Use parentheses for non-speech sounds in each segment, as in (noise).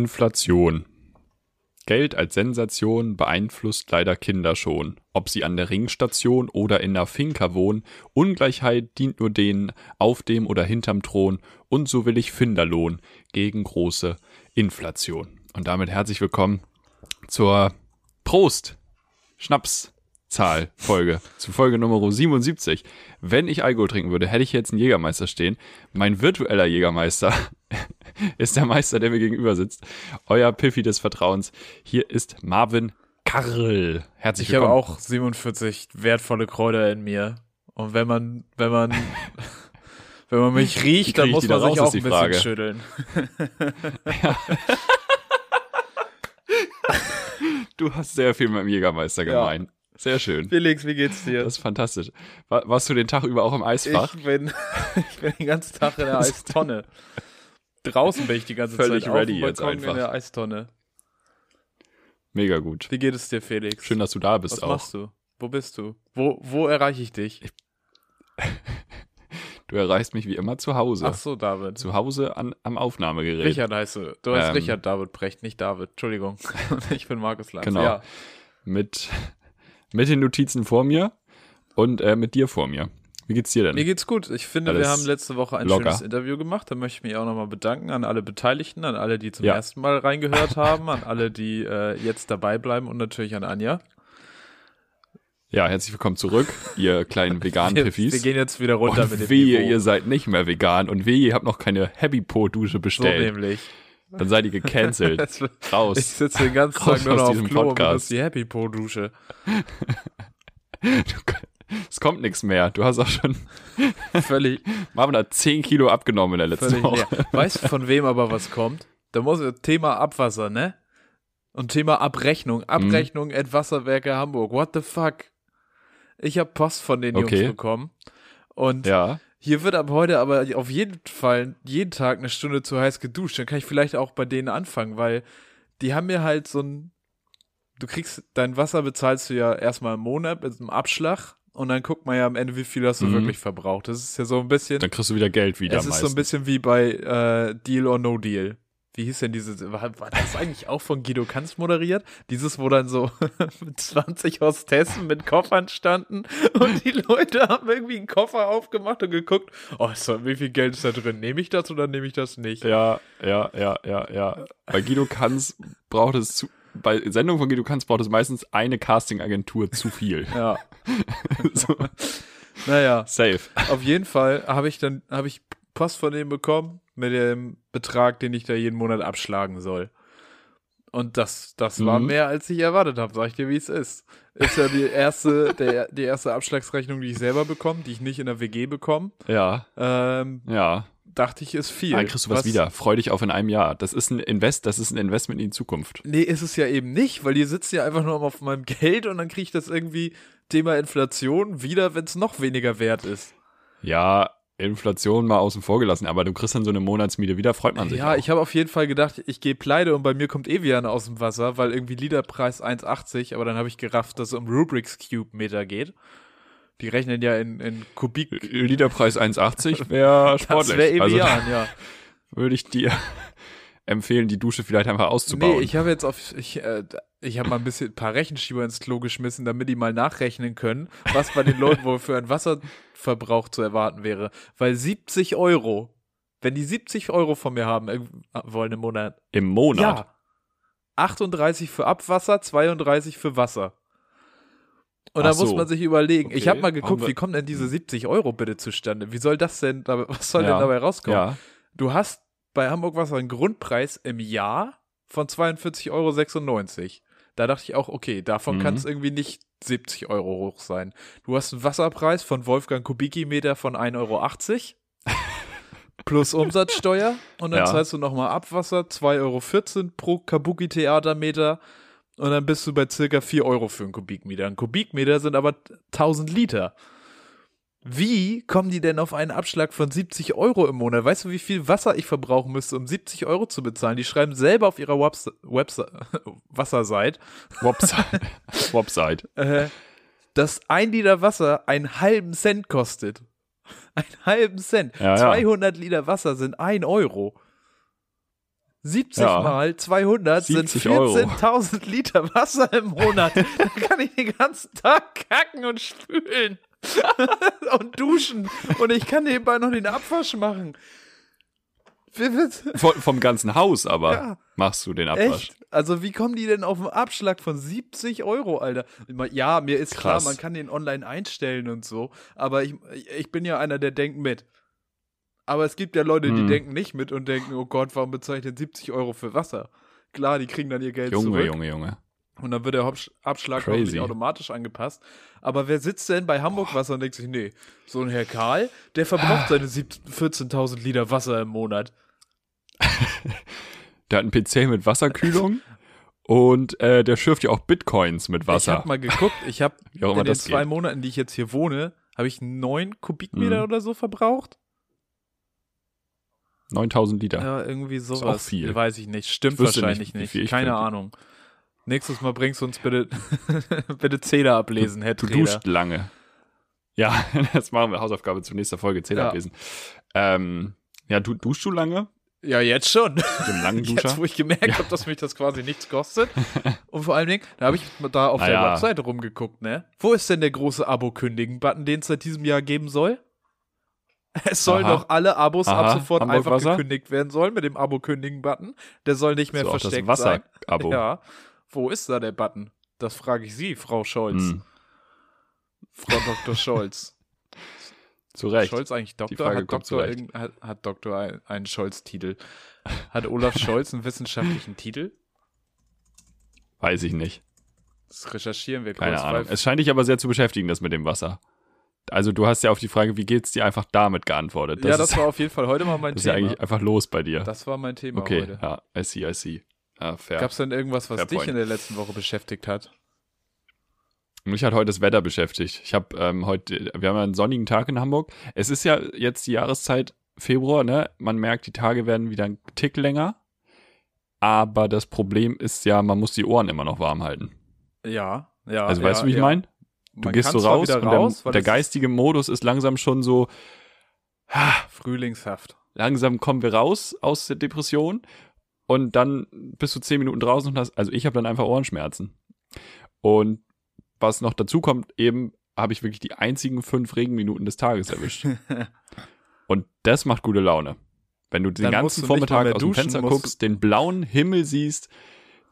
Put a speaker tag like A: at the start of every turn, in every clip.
A: Inflation. Geld als Sensation beeinflusst leider Kinder schon. Ob sie an der Ringstation oder in der Finca wohnen, Ungleichheit dient nur denen auf dem oder hinterm Thron und so will ich Finderlohn gegen große Inflation. Und damit herzlich willkommen zur Prost Schnaps Zahl Folge zu Folge Nummer 77. Wenn ich Alkohol trinken würde, hätte ich jetzt einen Jägermeister stehen. Mein virtueller Jägermeister (laughs) ist der Meister, der mir gegenüber sitzt. Euer Piffy des Vertrauens. Hier ist Marvin Karl. Herzlich
B: Ich habe
A: willkommen.
B: auch 47 wertvolle Kräuter in mir. Und wenn man,
A: (laughs)
B: wenn man, wenn man mich
A: Wie
B: riecht,
A: krieg
B: dann
A: ich
B: muss
A: die
B: man
A: da raus,
B: sich auch
A: ist
B: ein
A: die
B: bisschen
A: Frage. (laughs)
B: schütteln.
A: Du hast sehr viel mit dem Jägermeister
B: Ja.
A: gemein. Sehr schön.
B: Felix, wie geht's dir?
A: Das ist fantastisch. Wa- Warst du den Tag über auch im Eisfach? (laughs)
B: ich bin, ich bin den ganzen Tag in der Eistonne. Draußen bin ich die ganze
A: Völlig
B: Zeit.
A: ready
B: auf dem
A: jetzt
B: Balkon
A: einfach.
B: in der Eistonne.
A: Mega gut.
B: Wie geht es dir, Felix?
A: Schön, dass du da bist
B: Was
A: auch.
B: machst du? Wo bist du? Wo, wo erreiche ich dich?
A: Du erreichst mich wie immer zu Hause.
B: Ach so, David.
A: Zu Hause an, am Aufnahmegerät.
B: Richard heißt du. Du heißt
A: Ähm.
B: Richard David Brecht, nicht David. Entschuldigung. (laughs) ich bin Markus Lanz.
A: Genau.
B: Ja.
A: Mit, mit den Notizen vor mir und äh, mit dir vor mir. Wie geht's dir
B: Mir
A: denn?
B: geht's gut. Ich finde,
A: Hm. Alles
B: wir haben letzte Woche ein
A: locker.
B: schönes Interview gemacht. Da möchte ich mich auch nochmal bedanken an alle Beteiligten, an alle, die zum
A: Ja.
B: ersten Mal reingehört haben, an alle, die äh, jetzt dabei bleiben und natürlich an Anja.
A: Ja, herzlich willkommen zurück,
B: (laughs)
A: ihr kleinen veganen
B: Wir, wir
A: Piffis.
B: gehen jetzt wieder runter mit dem
A: Und wehe,
B: Niveau.
A: ihr seid nicht mehr vegan und wehe, ihr habt noch keine Happy Po Dusche
B: so
A: bestellt.
B: nämlich.
A: Dann seid ihr
B: (laughs)
A: gecancelt.
B: Das wird- ich
A: Raus.
B: sitze den ganzen
A: Raus
B: Tag nur
A: aus
B: noch auf
A: diesem
B: Klo und
A: Podcast.
B: benutze die Happy Po Dusche.
A: Es kommt nichts mehr. Du hast auch schon,
B: Völlig,
A: (laughs) Marvin hat 10 Kilo abgenommen in der letzten
B: völlig
A: Woche.
B: leer. Weißt du, von wem aber was kommt? Da muss Thema Abwasser, ne? Und Thema
A: Mhm.
B: Abrechnung. Abrechnung at Wasserwerke Hamburg. What the fuck? Ich habe Post von den
A: Okay.
B: Jungs bekommen. Und
A: Ja.
B: Hier wird ab heute aber auf jeden Fall jeden Tag eine Stunde zu heiß geduscht. Dann kann ich vielleicht auch bei denen anfangen, weil die haben mir halt so ein. Du kriegst dein Wasser bezahlst du ja erstmal im Monat mit einem Abschlag und dann guckt man ja am Ende, wie viel hast du
A: Mhm.
B: wirklich verbraucht. Das ist ja so ein bisschen.
A: Dann kriegst du wieder Geld wieder.
B: es ist so
A: meistens.
B: ein bisschen wie bei äh, Deal or No Deal. Wie hieß denn dieses, war, war das eigentlich auch von Guido Kanz moderiert? Dieses, wo dann so (laughs) 20 Hostessen mit Koffern standen und die Leute haben irgendwie einen Koffer aufgemacht und geguckt, oh, so, wie viel Geld ist da drin? Nehme ich das oder nehme ich das nicht?
A: Ja, ja, ja, ja, ja. Bei Guido Kanz braucht es zu, bei Sendungen von Guido Kanz braucht es meistens eine Castingagentur zu viel. (laughs)
B: Ja.
A: so,
B: Naja,
A: safe.
B: auf jeden Fall habe ich dann, habe ich Post von denen bekommen mit dem Betrag, den ich da jeden Monat abschlagen soll. Und das, das war
A: Mhm.
B: mehr, als ich erwartet habe, sag ich dir, wie es ist. Ist ja die erste, der, die erste Abschlagsrechnung, die ich selber bekomme, die ich nicht in der WG bekomme.
A: Ja,
B: Ähm,
A: ja.
B: dachte ich, ist viel.
A: Dann kriegst du was, wieder. Freu dich auf in einem Jahr. Das ist ein Invest, das ist ein Investment in die Zukunft.
B: Nee, ist es ja eben nicht, weil die sitzt ja einfach nur auf meinem Geld und dann kriege ich das irgendwie Thema Inflation wieder, wenn es noch weniger wert ist.
A: Ja, Inflation mal außen vor gelassen, aber du kriegst dann so eine Monatsmiete wieder, freut man sich.
B: Ja,
A: auch.
B: ich habe auf jeden Fall gedacht, ich gehe pleite und bei mir kommt Evian aus dem Wasser, weil irgendwie Liederpreis 1,80, aber dann habe ich gerafft, dass es um Rubik's Cube Meter geht. Die rechnen ja in, in Kubik.
A: Liederpreis
B: (laughs)
A: 1,80 wäre sportlich.
B: Das wäre
A: Äh, also
B: Evian,
A: da
B: ja.
A: (laughs) würde ich dir (laughs) empfehlen, die Dusche vielleicht einfach auszubauen.
B: Nee, ich habe jetzt auf ich äh, ich habe mal ein bisschen ein paar Rechenschieber ins Klo geschmissen, damit die mal nachrechnen können, was bei den Leuten wohl für ein Wasserverbrauch zu erwarten wäre, weil 70 Euro, wenn die 70 Euro von mir haben äh, wollen im Monat,
A: Im Monat.
B: Ja. 38 für Abwasser, 32 für Wasser. Und
A: Ach
B: da
A: so.
B: muss man sich überlegen. Ich
A: Okay.
B: habe mal
A: Haben
B: geguckt,
A: wir- hm.
B: wie kommen denn diese 70 Euro bitte zustande? Wie soll das denn, dabei, was soll
A: Ja.
B: denn dabei rauskommen?
A: ja.
B: Du hast bei Hamburg Wasser einen Grundpreis im Jahr von 42,96 Euro. Da dachte ich auch, okay, davon
A: Mhm.
B: kann es irgendwie nicht 70 Euro hoch sein. Du hast einen Wasserpreis von Wolfgang Kubikimeter von 1,80 Euro plus Umsatzsteuer und dann
A: Ja.
B: zahlst du nochmal Abwasser, 2,14 Euro pro Kabuki-Theatermeter und dann bist du bei circa 4 Euro für einen Kubikmeter. Ein Kubikmeter sind aber 1000 Liter. Wie kommen die denn auf einen Abschlag von 70 Euro im Monat? Weißt du, wie viel Wasser ich verbrauchen müsste, um 70 Euro zu bezahlen? Die schreiben selber auf ihrer Webs Webs (laughs) Wasserseite,
A: (laughs) Website. Website.
B: äh, dass ein Liter Wasser einen halben Cent kostet. (laughs) Einen halben Cent.
A: Ja, ja.
B: 200 Liter Wasser sind ein Euro. 70
A: Ja.
B: mal 200 sind
A: 70 Euro.
B: 14.000 Liter Wasser im Monat. (laughs) da kann ich den ganzen Tag kacken und spülen (laughs) und duschen und ich kann nebenbei noch den Abwasch machen. Wie bitte?
A: Von, vom ganzen Haus aber
B: Ja.
A: machst du den Abwasch.
B: Echt? Also wie kommen die denn auf einen Abschlag von 70 Euro, Alter? Ich mein, Ja, mir ist
A: Krass.
B: klar, man kann den online einstellen und so, aber ich, ich bin ja einer, der denkt mit. Aber es gibt ja Leute, die
A: Hm.
B: denken nicht mit und denken, oh Gott, warum bezeichnet 70 Euro für Wasser? Klar, die kriegen dann ihr Geld
A: Junge,
B: zurück.
A: Junge, Junge.
B: Und dann wird der Hopsch- Abschlag
A: Crazy.
B: hoffentlich automatisch angepasst. Aber wer sitzt denn bei Hamburg Wasser und denkt sich, nee, so ein Herr Karl, der
A: Ah.
B: verbraucht seine 17 14.000 Liter Wasser im Monat.
A: Der hat einen PC mit
B: (laughs)
A: Wasserkühlung und äh, der schürft ja auch Bitcoins mit
B: Ich
A: Wasser.
B: habe mal geguckt, ich habe
A: (laughs) Wie auch
B: in
A: immer
B: den
A: das
B: zwei
A: geht.
B: Monaten, die ich jetzt hier wohne, habe ich neun Kubikmeter
A: Mhm.
B: oder so verbraucht.
A: 9000 Liter.
B: Ja, irgendwie sowas.
A: auch viel.
B: Weiß ich nicht. Stimmt
A: Ich wüsste nicht,
B: wahrscheinlich
A: wie
B: nicht.
A: viel ich
B: Keine
A: könnte.
B: Ahnung. Nächstes Mal bringst du uns bitte, (laughs) bitte Zähler ablesen, Herr
A: Du
B: Treder.
A: duscht lange. Ja, (laughs) das machen wir. Hausaufgabe zur nächsten Folge. Zähler
B: Ja.
A: ablesen. Ähm, ja, du duschst du lange?
B: Ja, jetzt schon.
A: Mit dem langen
B: (laughs) Jetzt,
A: Duscher?
B: wo ich gemerkt habe, dass mich das quasi
A: (laughs)
B: nichts kostet. Und vor allen Dingen, da habe ich da auf der
A: Naja.
B: Webseite rumgeguckt, ne? Wo ist denn der große Abo-Kündigen-Button, den es seit diesem Jahr geben soll? Es sollen
A: Aha.
B: doch alle Abos
A: Aha,
B: ab sofort
A: Hamburg
B: einfach
A: Wasser?
B: gekündigt werden sollen mit dem Abo-Kündigen-Button. Der soll nicht mehr
A: so, auch
B: versteckt
A: das
B: sein.
A: Wasser-Abo.
B: Ja. Wo ist da der Button? Das frage ich Sie, Frau Scholz.
A: Hm,
B: Frau Dr. Scholz.
A: zu Recht.
B: Scholz eigentlich Doktor?
A: Frage
B: Hat
A: kommt
B: Doktor,
A: zurecht.
B: irgend- hat, hat Doktor ein, einen Scholz-Titel?
A: (laughs)
B: Hat Olaf Scholz einen wissenschaftlichen Titel?
A: Weiß ich nicht.
B: Das recherchieren wir kurz.
A: Keine Ahnung.
B: weil-
A: Es scheint dich aber sehr zu beschäftigen, das mit dem Wasser. Also du hast ja auf die Frage, wie geht's dir, einfach damit geantwortet.
B: ja, das
A: ist,
B: war auf jeden Fall heute mal
A: (laughs)
B: mein
A: das ist ja
B: Thema.
A: eigentlich einfach los bei dir.
B: das war mein Thema
A: okay,
B: heute.
A: ja, I see, I see. Ah, fair.
B: Gab es denn irgendwas, was
A: Fair
B: dich
A: point.
B: in der letzten Woche beschäftigt hat?
A: Mich hat heute das Wetter beschäftigt. Ich habe ähm, heute, wir haben ja einen sonnigen Tag in Hamburg. Es ist ja jetzt die Jahreszeit Februar, ne? Man merkt, die Tage werden wieder einen Tick länger. Aber das Problem ist ja, man muss die Ohren immer noch warm halten.
B: Ja, ja.
A: Also
B: ja,
A: weißt du, wie ich
B: ja.
A: meine?
B: Man
A: Du gehst so
B: kann zwar
A: raus
B: wieder
A: und
B: raus
A: der,
B: weil
A: der
B: es
A: geistige Modus ist langsam schon so, Ah.
B: ist Frühlingshaft.
A: langsam kommen wir raus aus der Depression und dann bist du zehn Minuten draußen und hast, also ich habe dann einfach Ohrenschmerzen. Und was noch dazu kommt, eben habe ich wirklich die einzigen fünf Regenminuten des Tages
B: (laughs)
A: erwischt. und das macht gute Laune. Wenn du den
B: Dann musst
A: ganzen
B: du nicht mal
A: Vormittag
B: mehr
A: aus
B: duschen,
A: dem Fenster
B: musst du-
A: guckst, den blauen Himmel siehst,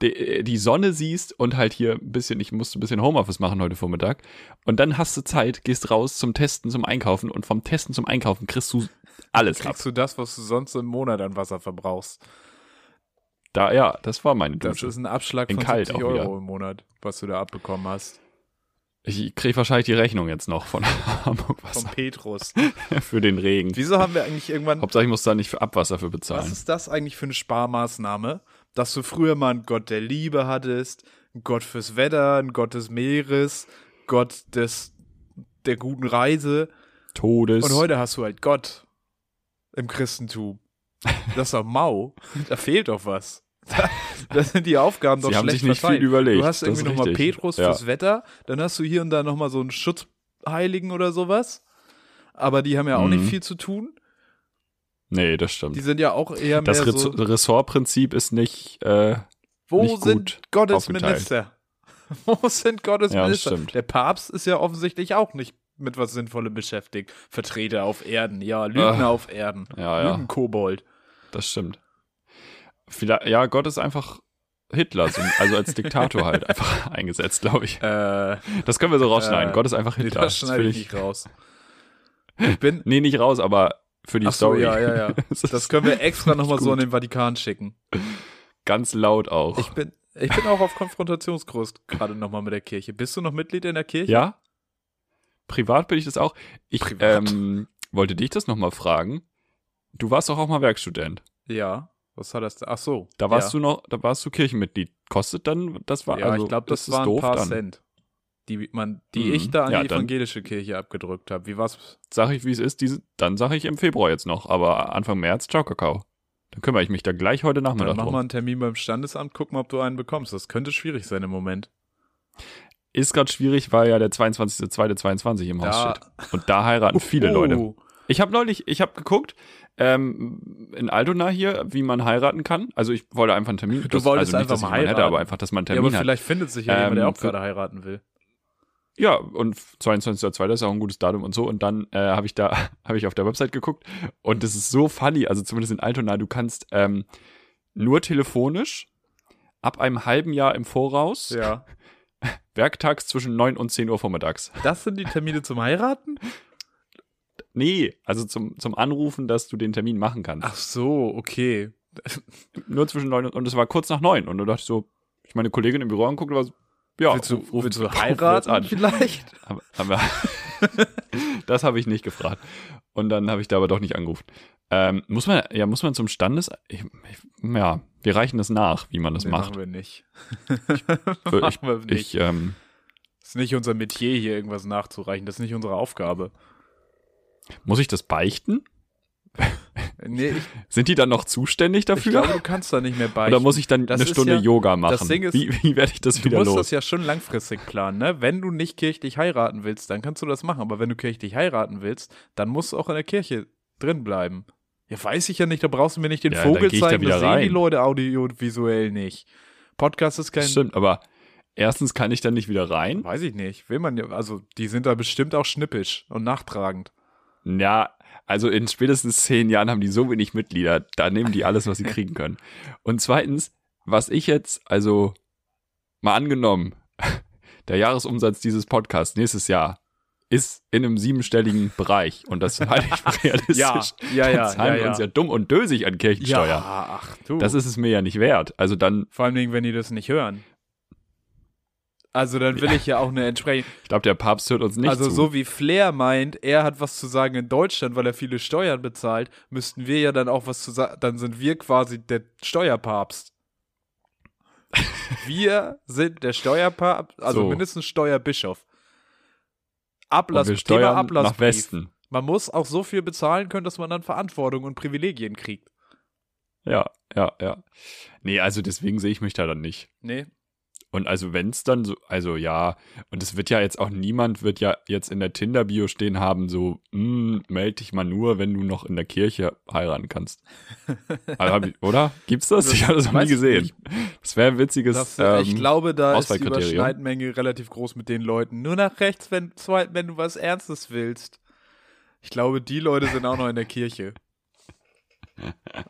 A: die, die Sonne siehst und halt hier ein bisschen, ich musste ein bisschen Homeoffice machen heute Vormittag. Und dann hast du Zeit, gehst raus zum Testen, zum Einkaufen und vom Testen zum Einkaufen kriegst du alles ab.
B: Kriegst du das, was du sonst im Monat an Wasser verbrauchst?
A: Da, ja, das war meine
B: Das
A: Dusche.
B: ist ein Abschlag
A: In
B: von
A: kalt
B: 70
A: auch wieder.
B: Euro im Monat, was du da abbekommen hast.
A: Ich kriege wahrscheinlich die Rechnung jetzt noch von (laughs) Hamburg
B: Von
A: Wasser
B: Petrus.
A: für den Regen.
B: Wieso haben wir eigentlich irgendwann
A: Hauptsache, ich muss da nicht für Abwasser für
B: Was
A: bezahlen.
B: ist das eigentlich für eine Sparmaßnahme? Dass du früher mal einen Gott der Liebe hattest, einen Gott fürs Wetter, einen Gott des Meeres, Gott des, der guten Reise.
A: Todes.
B: Und heute hast du halt Gott im Christentum. Das ist
A: (laughs)
B: doch mau. Da fehlt doch was. (laughs) Da, das sind die Aufgaben doch
A: Sie haben
B: schlecht
A: sich nicht
B: verteilt.
A: viel überlegt.
B: Du hast
A: Das
B: irgendwie
A: ist
B: nochmal
A: richtig.
B: Petrus
A: Ja.
B: fürs Wetter, dann hast du hier und da nochmal so einen Schutzheiligen oder sowas. Aber die haben ja auch
A: Mhm.
B: nicht viel zu tun.
A: Nee, das stimmt.
B: Die sind ja auch eher mehr
A: das Re
B: so
A: Ressortprinzip ist nicht. Äh,
B: Wo
A: nicht
B: sind
A: gut
B: Gottes
A: aufgeteilt.
B: Minister? (laughs) Wo sind Gottes
A: Ja, das
B: Minister?
A: stimmt.
B: Der Papst ist ja offensichtlich auch nicht mit was Sinnvollem beschäftigt. Vertreter auf Erden, ja, Lügner
A: Ah.
B: auf Erden.
A: ja, ja,
B: Lügenkobold.
A: das stimmt. Vielleicht, ja, Gott ist einfach Hitler, so- also als Diktator halt einfach (laughs) eingesetzt, glaube ich. (laughs)
B: Äh,
A: Das können wir so rausschneiden.
B: Äh,
A: Gott ist einfach
B: nee,
A: Hitler.
B: das
A: Das
B: schneide
A: will
B: ich nicht raus. Ich bin.
A: Nee, nicht raus, aber für (laughs) die
B: Ach so,
A: Story.
B: ja, ja, ja.
A: (laughs) Das ist
B: Das können wir extra nochmal so
A: gut.
B: an den Vatikan schicken.
A: ganz laut auch.
B: Ich bin, ich bin auch auf Konfrontationskurs gerade nochmal mit der Kirche. Bist du noch Mitglied in der Kirche?
A: Ja. Privat bin ich das auch. Ich
B: Privat?
A: ähm, wollte dich das nochmal fragen. Du warst doch auch mal Werkstudent.
B: Ja. Was hat das? Ach so.
A: Da warst
B: ja.
A: du noch, da warst du Kirchenmitglied. Kostet dann, das war
B: Ja,
A: also,
B: ich glaube, das
A: ist es
B: waren ein
A: doof
B: paar
A: dann.
B: Cent, die, man, die
A: Mhm.
B: ich da an
A: Ja,
B: die
A: dann-
B: evangelische Kirche abgedrückt habe. Wie war's?
A: Sag ich, wie es ist, diese, dann sage ich im Februar jetzt noch, aber Anfang März, ciao Kakao. Dann kümmere ich mich da gleich heute Nachmittag
B: Dann mach
A: drum.
B: mal einen Termin beim Standesamt, guck mal, ob du einen bekommst. Das könnte schwierig sein im Moment.
A: Ist gerade schwierig, weil ja der 22.02.22 im Haus
B: Da-
A: steht. Und da heiraten Oh, viele
B: (laughs) Oh,
A: Leute. Ich habe neulich, ich habe geguckt, ähm, in Altona hier, wie man heiraten kann. Also ich wollte einfach einen Termin.
B: Du
A: das-
B: wolltest
A: also
B: einfach
A: dass
B: mal
A: ich jemanden Hätte,
B: heiraten.
A: aber einfach, dass man einen
B: Ja,
A: Termin
B: aber
A: hat.
B: vielleicht findet sich ja
A: Ähm,
B: jemand, der auch
A: für-
B: gerade heiraten will.
A: Ja, und 22.02. ist auch ein gutes Datum und so. Und dann äh, habe ich da, (laughs) habe ich auf der Website geguckt und das ist so funny, also zumindest in Altona, du kannst ähm, nur telefonisch ab einem halben Jahr im Voraus,
B: Ja.
A: werktags zwischen 9 und 10 Uhr vormittags.
B: Das sind die Termine zum Heiraten?
A: Nee, also zum, zum Anrufen, dass du den Termin machen kannst.
B: Ach so, okay.
A: Nur zwischen 9 und, und es war kurz nach 9 und da dachte ich so, ich meine Kollegin im Büro anguckt und war so, ja,
B: willst du, willst du
A: rufen wir jetzt
B: heiraten
A: an.
B: vielleicht?
A: (laughs) Aber, aber (laughs) das habe ich nicht gefragt. Und dann habe ich da aber doch nicht angerufen. Ähm, muss man, ja, muss man zum Standes, ich, ich, ja, wir reichen das nach, wie man das
B: Nee,
A: macht.
B: Machen wir nicht.
A: (laughs) ich,
B: machen wir nicht.
A: ich, ähm,
B: ist nicht unser Metier, hier irgendwas nachzureichen. Das ist nicht unsere Aufgabe.
A: muss ich das beichten?
B: Nee, ich,
A: Sind die dann noch zuständig (laughs)
B: ich
A: dafür?
B: glaube, du kannst da nicht mehr bei.
A: Oder muss ich dann
B: Das
A: eine
B: ist
A: Stunde
B: ja-
A: Yoga machen?
B: Ding ist,
A: wie, wie werde ich das
B: Du
A: wieder
B: musst
A: los?
B: das ja schon langfristig planen, ne? Wenn du nicht kirchlich heiraten willst, dann kannst du das machen. Aber wenn du kirchlich heiraten willst, dann musst du auch in der Kirche drin bleiben. Ja, weiß ich ja nicht, da brauchst du mir nicht den
A: Ja, dann
B: Vogel
A: geh ich da
B: zeigen,
A: wieder
B: das sehen die
A: rein.
B: Leute audiovisuell nicht. Podcast ist kein.
A: Das Stimmt, aber erstens kann ich dann nicht wieder rein.
B: Weiß ich nicht. Will man ja, also die sind da bestimmt auch schnippisch und nachtragend.
A: Ja, also in spätestens zehn Jahren haben die so wenig Mitglieder, da nehmen die alles,
B: (laughs)
A: was sie kriegen können. Und zweitens, was ich jetzt, also mal angenommen, (laughs) der Jahresumsatz dieses Podcasts nächstes Jahr ist in einem siebenstelligen Bereich und (laughs)
B: (laughs)
A: das halte ich für realistisch.
B: ja,
A: dann
B: ja.
A: zahlen
B: ja,
A: wir
B: ja.
A: uns ja dumm und dösig an Kirchensteuer.
B: Ja, ach du.
A: Das ist es mir ja nicht wert. Also dann,
B: Vor allen Dingen, wenn die das nicht hören. Also dann will ich ja auch eine entsprechende.
A: ich glaube, der Papst hört uns nicht
B: also
A: zu.
B: so wie Flair meint, er hat was zu sagen in Deutschland, weil er viele Steuern bezahlt, müssten wir ja dann auch was zu sagen. Dann sind wir quasi der Steuerpapst. Wir sind der Steuerpapst, also
A: So.
B: mindestens Steuerbischof.
A: und
B: Ablass,
A: wir
B: Thema
A: steuern
B: Ablassbrief.
A: nach Westen.
B: Man muss auch so viel bezahlen können, dass man dann Verantwortung und Privilegien kriegt.
A: Ja, ja, ja. Nee, also deswegen sehe ich mich da dann nicht.
B: Nee,
A: Und also wenn es dann so, also ja, und es wird ja jetzt auch niemand wird ja jetzt in der Tinder-Bio stehen haben, so, mm, meld dich mal nur, wenn du noch in der Kirche heiraten
B: (laughs)
A: kannst. also, hab ich, oder? Gibt's das?
B: Das
A: ich habe das noch
B: weiß
A: nie
B: ich
A: gesehen. Das wäre ein witziges.
B: Das, äh,
A: ähm,
B: ich glaube, da ist die
A: Auswahlkriterium.
B: Überschneidmenge relativ groß mit den Leuten. Nur nach rechts, wenn, zwei- wenn du was Ernstes willst. Ich glaube, die Leute sind auch noch in der Kirche.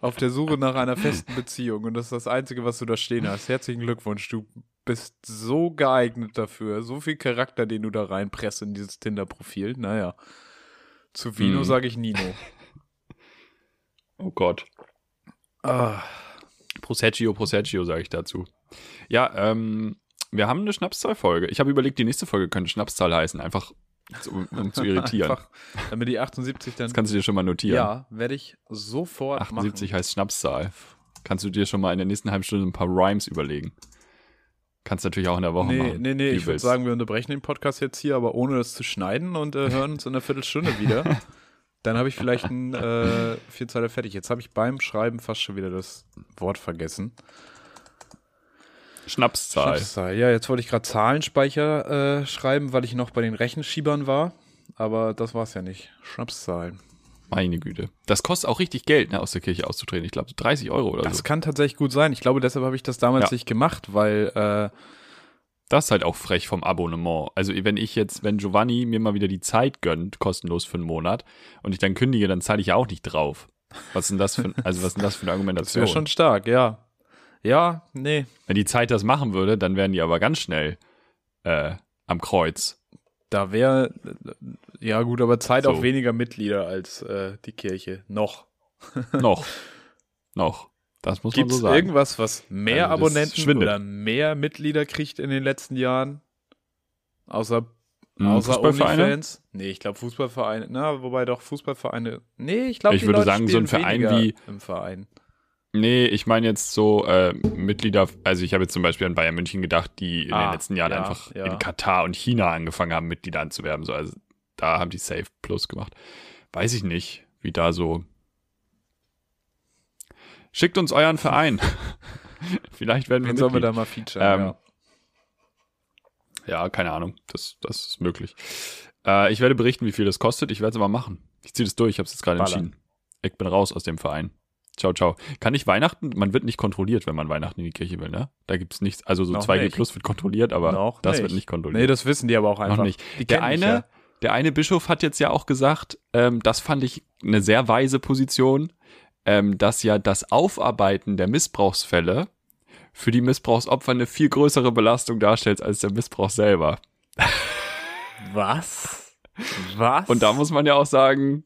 B: Auf der Suche nach einer festen Beziehung. Und das ist das Einzige, was du da stehen hast. Herzlichen Glückwunsch. Du bist so geeignet dafür. So viel Charakter, den du da reinpresst in dieses Tinder-Profil. Naja. Zu Vino
A: Hm.
B: sage ich Nino.
A: oh Gott.
B: Ah,
A: Proseccio, Proseccio, sage ich dazu. Ja, ähm, wir haben eine Schnapszahl-Folge. Ich habe überlegt, die nächste Folge könnte Schnapszahl heißen, einfach so, um, um zu irritieren.
B: (laughs) Einfach, damit die 78 dann.
A: Das kannst du dir schon mal notieren.
B: ja, werde ich sofort machen.
A: 78 heißt Schnapszahl. Kannst du dir schon mal in der nächsten halben Stunde ein paar Rhymes überlegen? Kannst natürlich auch in der Woche
B: Nee,
A: machen.
B: nee, nee,
A: wie
B: ich würde
A: willst.
B: sagen, wir unterbrechen den Podcast jetzt hier, aber ohne das zu schneiden und äh, hören uns in einer Viertelstunde
A: (laughs)
B: wieder. Dann habe ich vielleicht einen äh, Vierzeiler fertig. Jetzt habe ich beim Schreiben fast schon wieder das Wort vergessen.
A: Schnapszahl.
B: Schnapszahl. Ja, jetzt wollte ich gerade Zahlenspeicher äh, schreiben, weil ich noch bei den Rechenschiebern war. Aber das war es ja nicht. Schnapszahlen.
A: Meine Güte. Das kostet auch richtig Geld, ne, aus der Kirche auszutreten. Ich glaube, so 30 Euro oder
B: Das
A: so.
B: kann tatsächlich gut sein. Ich glaube, deshalb habe ich das damals
A: Also Ja.
B: nicht gemacht, weil äh,
A: Das ist halt auch frech vom Abonnement. Also, wenn ich jetzt, wenn Giovanni mir mal wieder die Zeit gönnt, kostenlos für einen Monat, und ich dann kündige, dann zahle ich ja auch nicht drauf. Was ist denn das für, ein- also was ist denn das für eine
B: das
A: Argumentation?
B: wäre schon stark, ja. Ja, nee.
A: wenn die Zeit das machen würde, dann wären die aber ganz schnell äh, am Kreuz.
B: Da wäre, ja gut, aber Zeit
A: So.
B: auch weniger Mitglieder als äh, die Kirche. Noch.
A: Noch. Noch. Das muss
B: Gibt
A: man
B: es
A: so sagen.
B: irgendwas, was mehr
A: Also das
B: Abonnenten
A: schwindet.
B: oder mehr Mitglieder kriegt in den letzten Jahren? Außer,
A: Mhm,
B: außer
A: Fußballvereine?
B: OnlyFans? Nee, ich glaube Fußballvereine. Na, wobei doch Fußballvereine. Nee, ich glaube,
A: Ich würde sagen, so ein Verein wie-
B: Im Verein.
A: Nee, ich meine jetzt so äh, Mitglieder, also ich habe jetzt zum Beispiel an Bayern München gedacht, die in
B: Ah,
A: den letzten Jahren
B: ja,
A: einfach
B: ja.
A: in Katar und China angefangen haben, Mitglieder anzuwerben. So, also da haben die Safe Plus gemacht. Weiß ich nicht, wie da so. Schickt uns euren Verein. (laughs) Vielleicht werden wir
B: Wen sollen wir
A: Mitglied.
B: da mal featuren?
A: Ähm, Ja, keine Ahnung. Das, das ist möglich. Äh, ich werde berichten, wie viel das kostet. Ich werde es aber machen. Ich ziehe das durch. Ich habe es jetzt gerade
B: Ballern.
A: entschieden. Ich bin raus aus dem Verein. Ciao, ciao. Kann ich Weihnachten, man wird nicht kontrolliert, wenn man Weihnachten in die Kirche will, ne? Da gibt's nichts, also so
B: Noch
A: 2G
B: nicht.
A: Plus wird kontrolliert, aber
B: Noch
A: das
B: nicht.
A: wird nicht
B: Nee,
A: kontrolliert.
B: das wissen die aber auch einfach.
A: Noch nicht.
B: Die
A: der
B: kennen mich
A: eine,
B: ja.
A: der eine Bischof hat jetzt ja auch gesagt, ähm, das fand ich eine sehr weise Position, ähm, dass ja das Aufarbeiten der Missbrauchsfälle für die Missbrauchsopfer eine viel größere Belastung darstellt als der Missbrauch selber.
B: Was? Was?
A: Und da muss man ja auch sagen,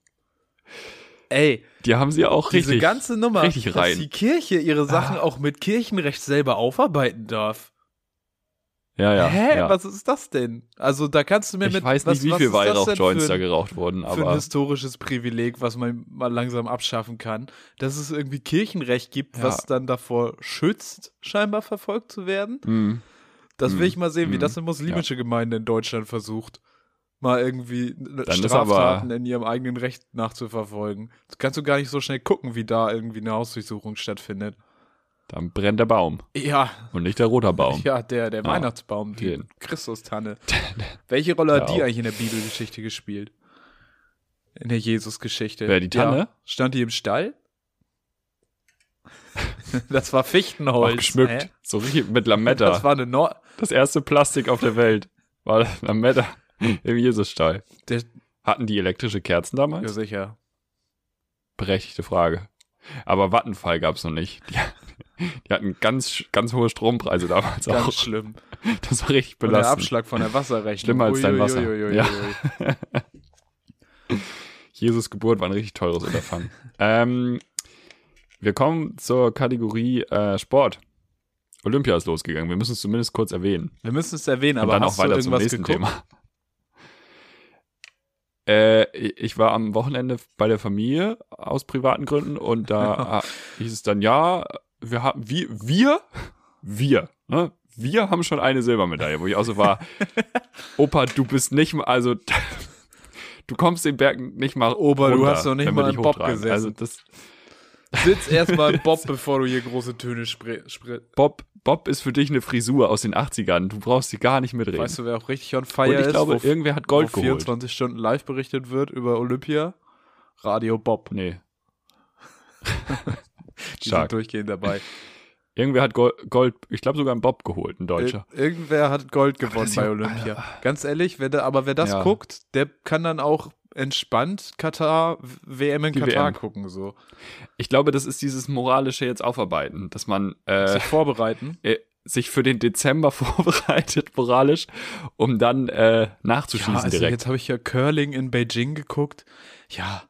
B: Ey,
A: die haben sie ja auch
B: diese
A: richtig.
B: ganze Nummer,
A: richtig
B: dass
A: rein. Ah.
B: die Kirche ihre Sachen auch mit Kirchenrecht selber aufarbeiten darf.
A: ja, ja,
B: Hä?
A: ja.
B: Was ist das denn? Also da kannst du mir
A: ich
B: mit
A: weiß
B: was,
A: nicht, wie
B: was
A: viel
B: ist das denn
A: Weihrauchjoints
B: für
A: da
B: ein-
A: geraucht wurden,
B: für ein
A: aber
B: historisches Privileg, was man mal langsam abschaffen kann, dass es irgendwie Kirchenrecht gibt,
A: Ja.
B: was dann davor schützt, scheinbar verfolgt zu werden.
A: mh,
B: Das
A: Mhm.
B: will ich mal sehen, wie
A: Mhm.
B: das eine muslimische Gemeinde in Deutschland versucht, mal irgendwie
A: ist
B: Straftaten
A: aber-
B: in ihrem eigenen Recht nachzuverfolgen. Das kannst du gar nicht so schnell gucken, wie da irgendwie eine Hausdurchsuchung stattfindet.
A: dann brennt der Baum
B: Ja,
A: und nicht der roter Baum.
B: ja, der, der
A: Ah,
B: Weihnachtsbaum, die
A: den. (laughs)
B: Christustanne. Welche Rolle hat
A: Ja,
B: die
A: auch.
B: eigentlich in der Bibelgeschichte gespielt? In der Jesusgeschichte.
A: Wer, die Tanne?
B: Ja. Stand die im Stall? (laughs) das war
A: Auch
B: Fichtenholz.
A: geschmückt,
B: hä?
A: so richtig mit Lametta.
B: Das war eine Nor
A: Das erste Plastik auf der Welt war (laughs) Lametta im Jesusstall.
B: der,
A: Hatten die elektrische Kerzen
B: Ja,
A: damals?
B: sicher.
A: Berechtigte Frage. Aber Vattenfall gab's noch nicht. Die, die hatten ganz, ganz hohe Strompreise damals
B: Ganz
A: auch.
B: schlimm.
A: Das war richtig
B: Und der
A: belastend.
B: Abschlag von der Wasserrechnung.
A: Schlimmer als dein Wasser.
B: Uiuiuiui.
A: Ja. Jesus Geburt war ein richtig teures Unterfangen. ähm, wir kommen zur Kategorie äh, Sport. Olympia ist losgegangen. Wir müssen es zumindest kurz erwähnen.
B: Wir müssen es erwähnen,
A: Und
B: aber
A: dann
B: hast
A: auch
B: du
A: weiter zum
B: irgendwas
A: nächsten
B: geguckt?
A: Thema. (laughs) Äh, ich war am Wochenende bei der Familie aus privaten Gründen und
B: (laughs)
A: da äh, hieß es dann, ja, wir haben, wir, wir, wir, ne? wir haben schon eine Silbermedaille, wo ich auch so
B: (laughs)
A: war, Opa, du bist nicht mal, also (laughs) du kommst den Berg nicht mal
B: Opa, du
A: runter,
B: hast noch nicht
A: wenn wir
B: mal
A: dich
B: im Bob
A: hochtragen.
B: gesessen.
A: Also das,
B: Sitz
A: (laughs)
B: erstmal im Bob, bevor du hier große Töne spre- spre-
A: Bob, Bob ist für dich eine Frisur aus den 80ern, du brauchst sie gar nicht mitreden.
B: Weißt du, wer auch richtig on
A: und
B: fire
A: ich
B: ist?
A: glaube,
B: wo-
A: irgendwer hat Gold
B: wo
A: geholt.
B: 24 Stunden live berichtet wird über Olympia. Radio Bob.
A: (laughs) Nee.
B: Die
A: Stark.
B: sind durchgehend dabei.
A: Irgendwer hat Gold, Gold ich glaube sogar einen Bob geholt, ein (laughs) Deutscher.
B: Ir- Irgendwer hat Gold gewonnen
A: das ist
B: bei
A: ja-
B: Olympia. Ganz ehrlich, wer da, aber wer das
A: Ja.
B: guckt, der kann dann auch entspannt Katar, WM in
A: Die
B: Katar
A: WM.
B: gucken, so.
A: Äh, Ich glaube, das ist dieses moralische jetzt aufarbeiten, dass man äh,
B: Sich vorbereiten.
A: äh, sich für den Dezember (laughs) vorbereitet, moralisch, um dann äh, nachzuschießen
B: Ja, also
A: direkt.
B: jetzt habe ich ja Curling in Beijing geguckt. Ja,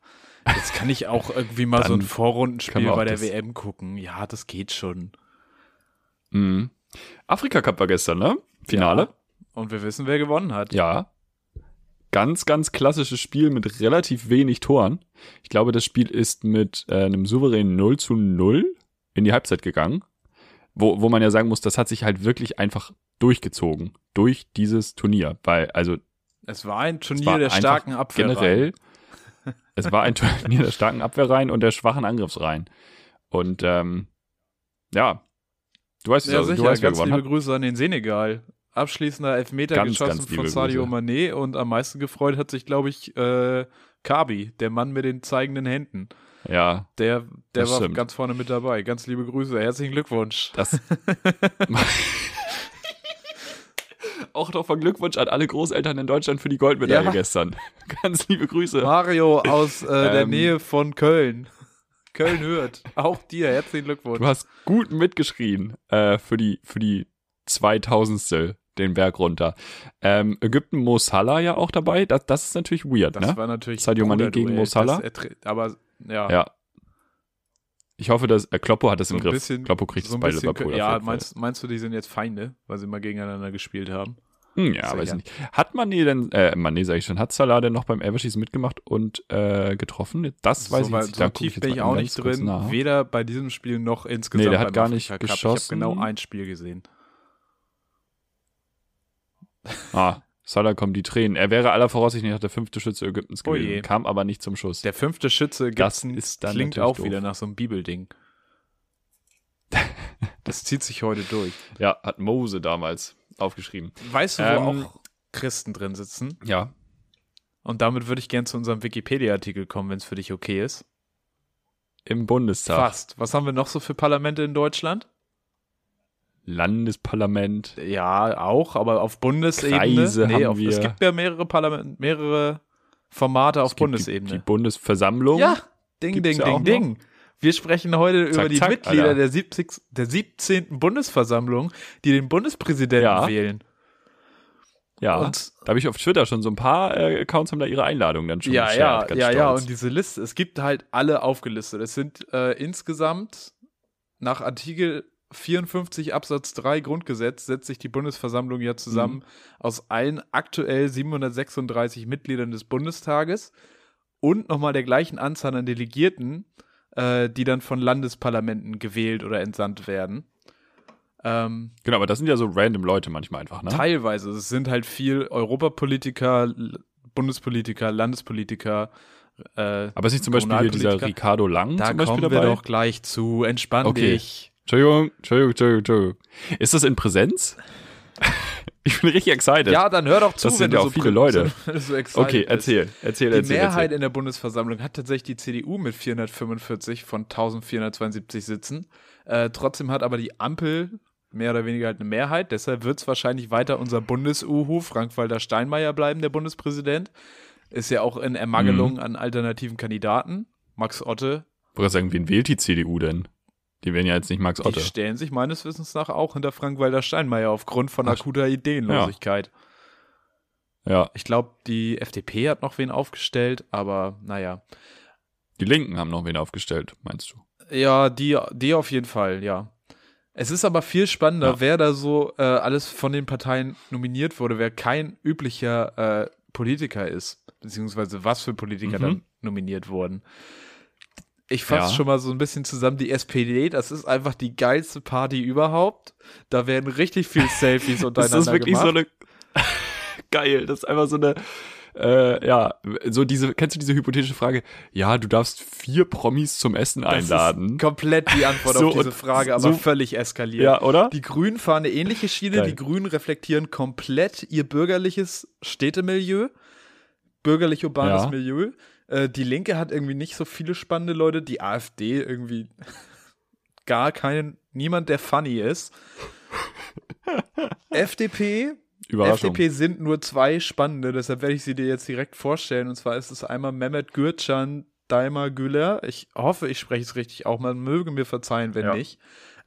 B: jetzt kann ich auch irgendwie mal so
A: Dann
B: ein
A: können
B: Vorrundenspiel
A: wir auch
B: bei der
A: das-
B: WM gucken. Ja, das geht schon.
A: Mhm. Afrika Cup war gestern, ne? Finale.
B: Und wir wissen, wer gewonnen hat.
A: Ja. Ganz, ganz klassisches Spiel mit relativ wenig Toren. Ich glaube, das Spiel ist mit äh, einem souveränen 0 zu 0 in die Halbzeit gegangen. Wo, wo man ja sagen muss, das hat sich halt wirklich einfach durchgezogen durch dieses Turnier. Weil, also
B: Es war ein Turnier
A: war
B: der
A: einfach
B: starken Abwehr.
A: generell, es war ein Turnier der starken Abwehrreihen und der schwachen Angriffsreihen. Und ähm, ja, du weißt,
B: Ja,
A: also,
B: sicher.
A: du weißt wer
B: ganz
A: gewonnen
B: liebe
A: hat.
B: Grüße an den Senegal. Abschließender Elfmeter
A: Ganz,
B: geschossen
A: ganz liebe
B: von Sadio
A: Grüße.
B: Mané und am meisten gefreut hat sich, glaube ich, äh, Kabi, der Mann mit den zeigenden Händen.
A: Ja,
B: Der, der
A: Das
B: war
A: stimmt.
B: ganz vorne mit dabei. Ganz liebe Grüße, herzlichen Glückwunsch.
A: Das. (laughs) Auch noch von Glückwunsch an alle Großeltern in Deutschland für die Goldmedaille
B: Ja.
A: gestern. (laughs) Ganz liebe Grüße.
B: Mario aus äh, der
A: Ähm.
B: Nähe von Köln. Köln hört. Auch dir, herzlichen Glückwunsch.
A: Du hast gut mitgeschrien äh, für die für die 2000. den Berg runter. Ähm, Ägypten Mo Salah ja auch dabei. Das, das ist natürlich weird,
B: das
A: ne?
B: war natürlich.
A: Sadio
B: ein
A: Mané
B: Bruderduell.
A: gegen Mo
B: Das
A: Salah?
B: erträ- Aber ja,
A: Ja. Ich hoffe, dass äh, Kloppo hat das im
B: ein
A: Griff.
B: bisschen-
A: Kloppo kriegt
B: so
A: es
B: ein
A: bei
B: bisschen.
A: Liverpool. auf
B: ja,
A: jeden Fall.
B: meinst, meinst du, die sind jetzt Feinde, weil sie mal gegeneinander gespielt haben?
A: Hm, ja,
B: Sicher.
A: weiß ich nicht. Hat Mané denn, äh, Mané sag ich schon, hat Salah denn noch beim Elverschießen mitgemacht und äh, getroffen? Das weiß
B: so,
A: ich
B: weil
A: jetzt nicht.
B: So
A: Da guck
B: tief
A: ich jetzt
B: bin ich
A: mal
B: auch
A: ganz
B: nicht
A: kurz
B: drin,
A: nach.
B: weder bei diesem Spiel noch insgesamt.
A: Nee, der hat
B: beim
A: gar
B: Afrika
A: nicht
B: Cup.
A: geschossen.
B: Ich habe genau ein Spiel gesehen.
A: Ah, Salah kommen die Tränen. Er wäre aller Voraussicht nach der fünfte Schütze Ägyptens
B: Oh je.
A: gewesen, kam aber nicht zum Schuss.
B: Der fünfte Schütze
A: Das
B: Gibson
A: ist dann
B: klingt
A: natürlich
B: auch
A: doof.
B: wieder nach so
A: (laughs)
B: einem Bibelding. Das zieht sich heute durch.
A: Ja, hat Mose damals aufgeschrieben.
B: Weißt du, wo
A: Ähm,
B: auch Christen drin sitzen?
A: Ja.
B: Und damit würde ich gern zu unserem Wikipedia-Artikel kommen, wenn es für dich okay ist.
A: im Bundestag.
B: Fast. Was haben wir noch so für Parlamente in Deutschland?
A: Landesparlament.
B: Ja, auch, aber auf Bundesebene.
A: Kreise
B: nee,
A: haben
B: auf, es
A: wir.
B: gibt ja mehrere Parlament, mehrere Formate auf
A: Es gibt
B: Bundesebene.
A: Die, die Bundesversammlung.
B: ja, ding,
A: Gibt's
B: ding,
A: ja auch
B: ding,
A: noch.
B: ding. Wir sprechen heute
A: Zack,
B: über die
A: zack,
B: Mitglieder
A: Alter.
B: der, 70, der 17. Bundesversammlung, die den Bundespräsidenten
A: Ja.
B: wählen.
A: ja.
B: Und
A: da habe ich auf Twitter schon so ein paar äh, Accounts haben da ihre Einladung dann schon
B: ja,
A: geshared,
B: ja,
A: ganz
B: ja, ja,
A: stolz.
B: und diese Liste, es gibt halt alle aufgelistet. Es sind äh, insgesamt nach Artikel 54 Absatz 3 Grundgesetz setzt sich die Bundesversammlung ja zusammen aus allen aktuell 736 Mitgliedern des Bundestages und nochmal der gleichen Anzahl an Delegierten, äh, die dann von Landesparlamenten gewählt oder entsandt werden. Ähm,
A: Genau, aber das sind ja so random Leute manchmal einfach, ne?
B: Teilweise. Es sind halt viel Europapolitiker, L- Bundespolitiker, Landespolitiker. Äh,
A: Aber ist nicht zum Beispiel hier dieser
B: Kommunalpolitiker.
A: Ricardo Lang
B: da
A: Hm, zum Beispiel
B: kommen wir
A: dabei?
B: doch gleich zu. Entspann
A: Okay.
B: dich.
A: Entschuldigung, Entschuldigung, Entschuldigung, Entschuldigung. Ist das in Präsenz?
B: (laughs)
A: ich bin richtig excited.
B: Ja, dann hör doch zu,
A: das sind
B: wenn du
A: ja
B: (laughs) so
A: auch viele Leute.
B: So, wenn du so excited
A: okay,
B: bist.
A: erzähl, erzähl,
B: Die
A: erzähl.
B: Mehrheit
A: erzähl.
B: in der Bundesversammlung hat tatsächlich die CDU mit 445 von 1472 Sitzen. Äh, trotzdem hat aber die Ampel mehr oder weniger halt eine Mehrheit. Deshalb wird es wahrscheinlich weiter unser Bundes-Uhu Frank-Walter Steinmeier bleiben, der Bundespräsident. Ist ja auch in Ermangelung
A: Mhm.
B: an alternativen Kandidaten. Max Otte,
A: Ich wollte sagen, wen wählt die CDU denn? Die wählen ja jetzt nicht Max Otte.
B: die stellen sich meines Wissens nach auch hinter Frank-Walter Steinmeier aufgrund von akuter Ideenlosigkeit.
A: Ja,
B: Ich glaube, die FDP hat noch wen aufgestellt, aber naja.
A: die Linken haben noch wen aufgestellt, meinst du?
B: Ja, die, die auf jeden Fall, ja. Es ist aber viel spannender,
A: Ja.
B: wer da so äh, alles von den Parteien nominiert wurde, wer kein üblicher äh, Politiker ist, beziehungsweise was für Politiker
A: Mhm.
B: dann nominiert wurden. Ich fasse
A: Ja.
B: schon mal so ein bisschen zusammen. Die SPD, das ist einfach die geilste Party überhaupt. Da werden richtig
A: (laughs)
B: viel Selfies
A: Das
B: untereinander
A: ist wirklich
B: gemacht.
A: so eine. (laughs) Geil, das ist einfach so eine. Äh, ja, so diese, kennst du diese hypothetische Frage? Ja, du darfst vier Promis zum Essen
B: Das
A: einladen.
B: ist komplett die Antwort
A: So
B: auf diese
A: und
B: Frage, aber
A: so-
B: völlig eskaliert.
A: Ja, oder?
B: Die Grünen fahren eine ähnliche Schiene.
A: Geil.
B: Die Grünen reflektieren komplett ihr bürgerliches Städtemilieu, bürgerlich-urbanes
A: Ja.
B: Milieu. Äh, die Linke hat irgendwie nicht so viele spannende Leute. Die AfD irgendwie (laughs) gar keinen, niemand, der funny
A: (laughs)
B: ist. FDP,
A: Überraschung.
B: FDP sind nur zwei spannende, deshalb werde ich sie dir jetzt direkt vorstellen. Und zwar ist es einmal Mehmet Gürcan, Daimar Güler. Ich hoffe, ich spreche es richtig auch. Man möge mir verzeihen, wenn
A: Ja.
B: nicht.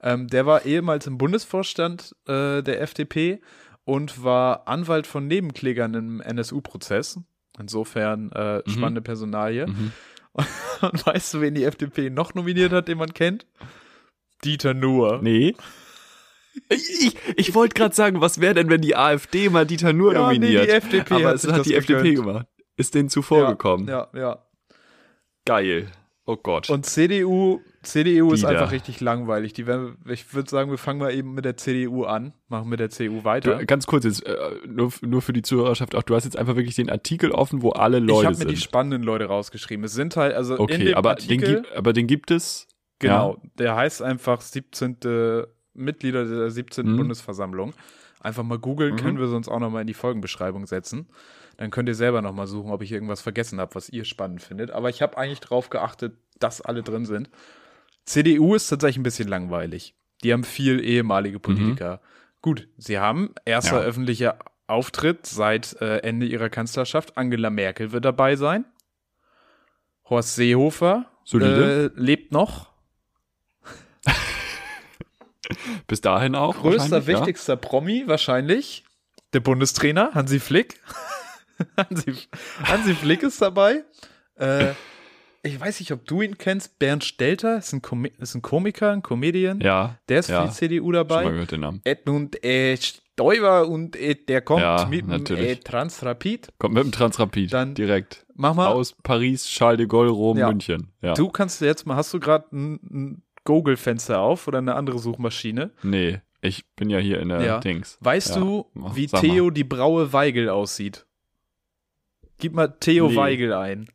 B: Ähm, der war ehemals im Bundesvorstand äh, der FDP und war Anwalt von Nebenklägern im NSU-Prozess. Insofern äh,
A: (laughs)
B: spannende Personalie.
A: Mhm.
B: Und weißt du, wen die FDP noch nominiert hat, den man kennt? Dieter Nuhr.
A: Nee. Ich, ich, ich wollte gerade sagen, was wäre denn, wenn die AfD mal Dieter Nur
B: Ja, nee, die
A: nominiert?
B: FDP
A: Aber
B: hat
A: es
B: sich
A: hat
B: das
A: die FDP
B: gegönnt.
A: gemacht. Ist denen zuvor
B: Ja,
A: gekommen.
B: Ja, ja.
A: Geil. Oh Gott.
B: Und CDU, CDU ist
A: Die da.
B: einfach richtig langweilig. Die werden, ich würde sagen, wir fangen mal eben mit der CDU an, machen mit der CDU
A: du,
B: weiter.
A: Ganz kurz jetzt, äh, nur, nur für die Zuhörerschaft auch, du hast jetzt einfach wirklich den Artikel offen, wo alle
B: ich
A: Leute
B: habe mir die
A: sind.
B: spannenden Leute rausgeschrieben. Es sind halt, also in
A: okay,
B: dem
A: aber den,
B: Artikel,
A: gi- aber den gibt es.
B: genau, der heißt einfach 17. Mitglieder der 17.
A: Mhm.
B: Bundesversammlung. Einfach mal googeln,
A: Mhm.
B: können wir sonst auch nochmal in die Folgenbeschreibung setzen. Dann könnt ihr selber nochmal suchen, ob ich irgendwas vergessen habe, was ihr spannend findet. Aber ich habe eigentlich drauf geachtet, dass alle drin sind. CDU ist tatsächlich ein bisschen langweilig. Die haben viel ehemalige Politiker. Gut, sie haben erster
A: Mhm. Ja.
B: öffentlicher Auftritt seit äh, Ende ihrer Kanzlerschaft. Angela Merkel wird dabei sein. Horst Seehofer
A: Solide.
B: äh, lebt noch.
A: Ja, bis dahin auch.
B: Größter,
A: wahrscheinlich, ja.
B: wichtigster Promi wahrscheinlich. Der Bundestrainer, Hansi Flick. (laughs) Hansi, Hansi Flick ist dabei. Äh, ich weiß nicht, ob du ihn kennst. Bernd Stelter ist ein, Komi ist ein Komiker, ein Comedian.
A: Ja,
B: Der ist für
A: Ja.
B: die CDU
A: schon mal
B: dabei.
A: gehört den Namen.
B: Edmund äh, Stoiber und äh, der kommt
A: Ja,
B: mit dem
A: natürlich.
B: äh, Transrapid.
A: Kommt mit dem Transrapid
B: Dann-
A: direkt.
B: Mach mal,
A: Aus Paris, Charles de Gaulle, Rom,
B: Ja.
A: München. Ja.
B: du kannst jetzt mal, hast du gerade ein, ein Google-Fenster auf oder eine andere Suchmaschine?
A: Nee, ich bin ja hier in der
B: Ja.
A: Dings.
B: Weißt
A: Ja,
B: du,
A: mach-
B: wie
A: sag mal.
B: Theo die Braue Weigel aussieht? Gib mal Theo
A: Nee.
B: Weigel ein.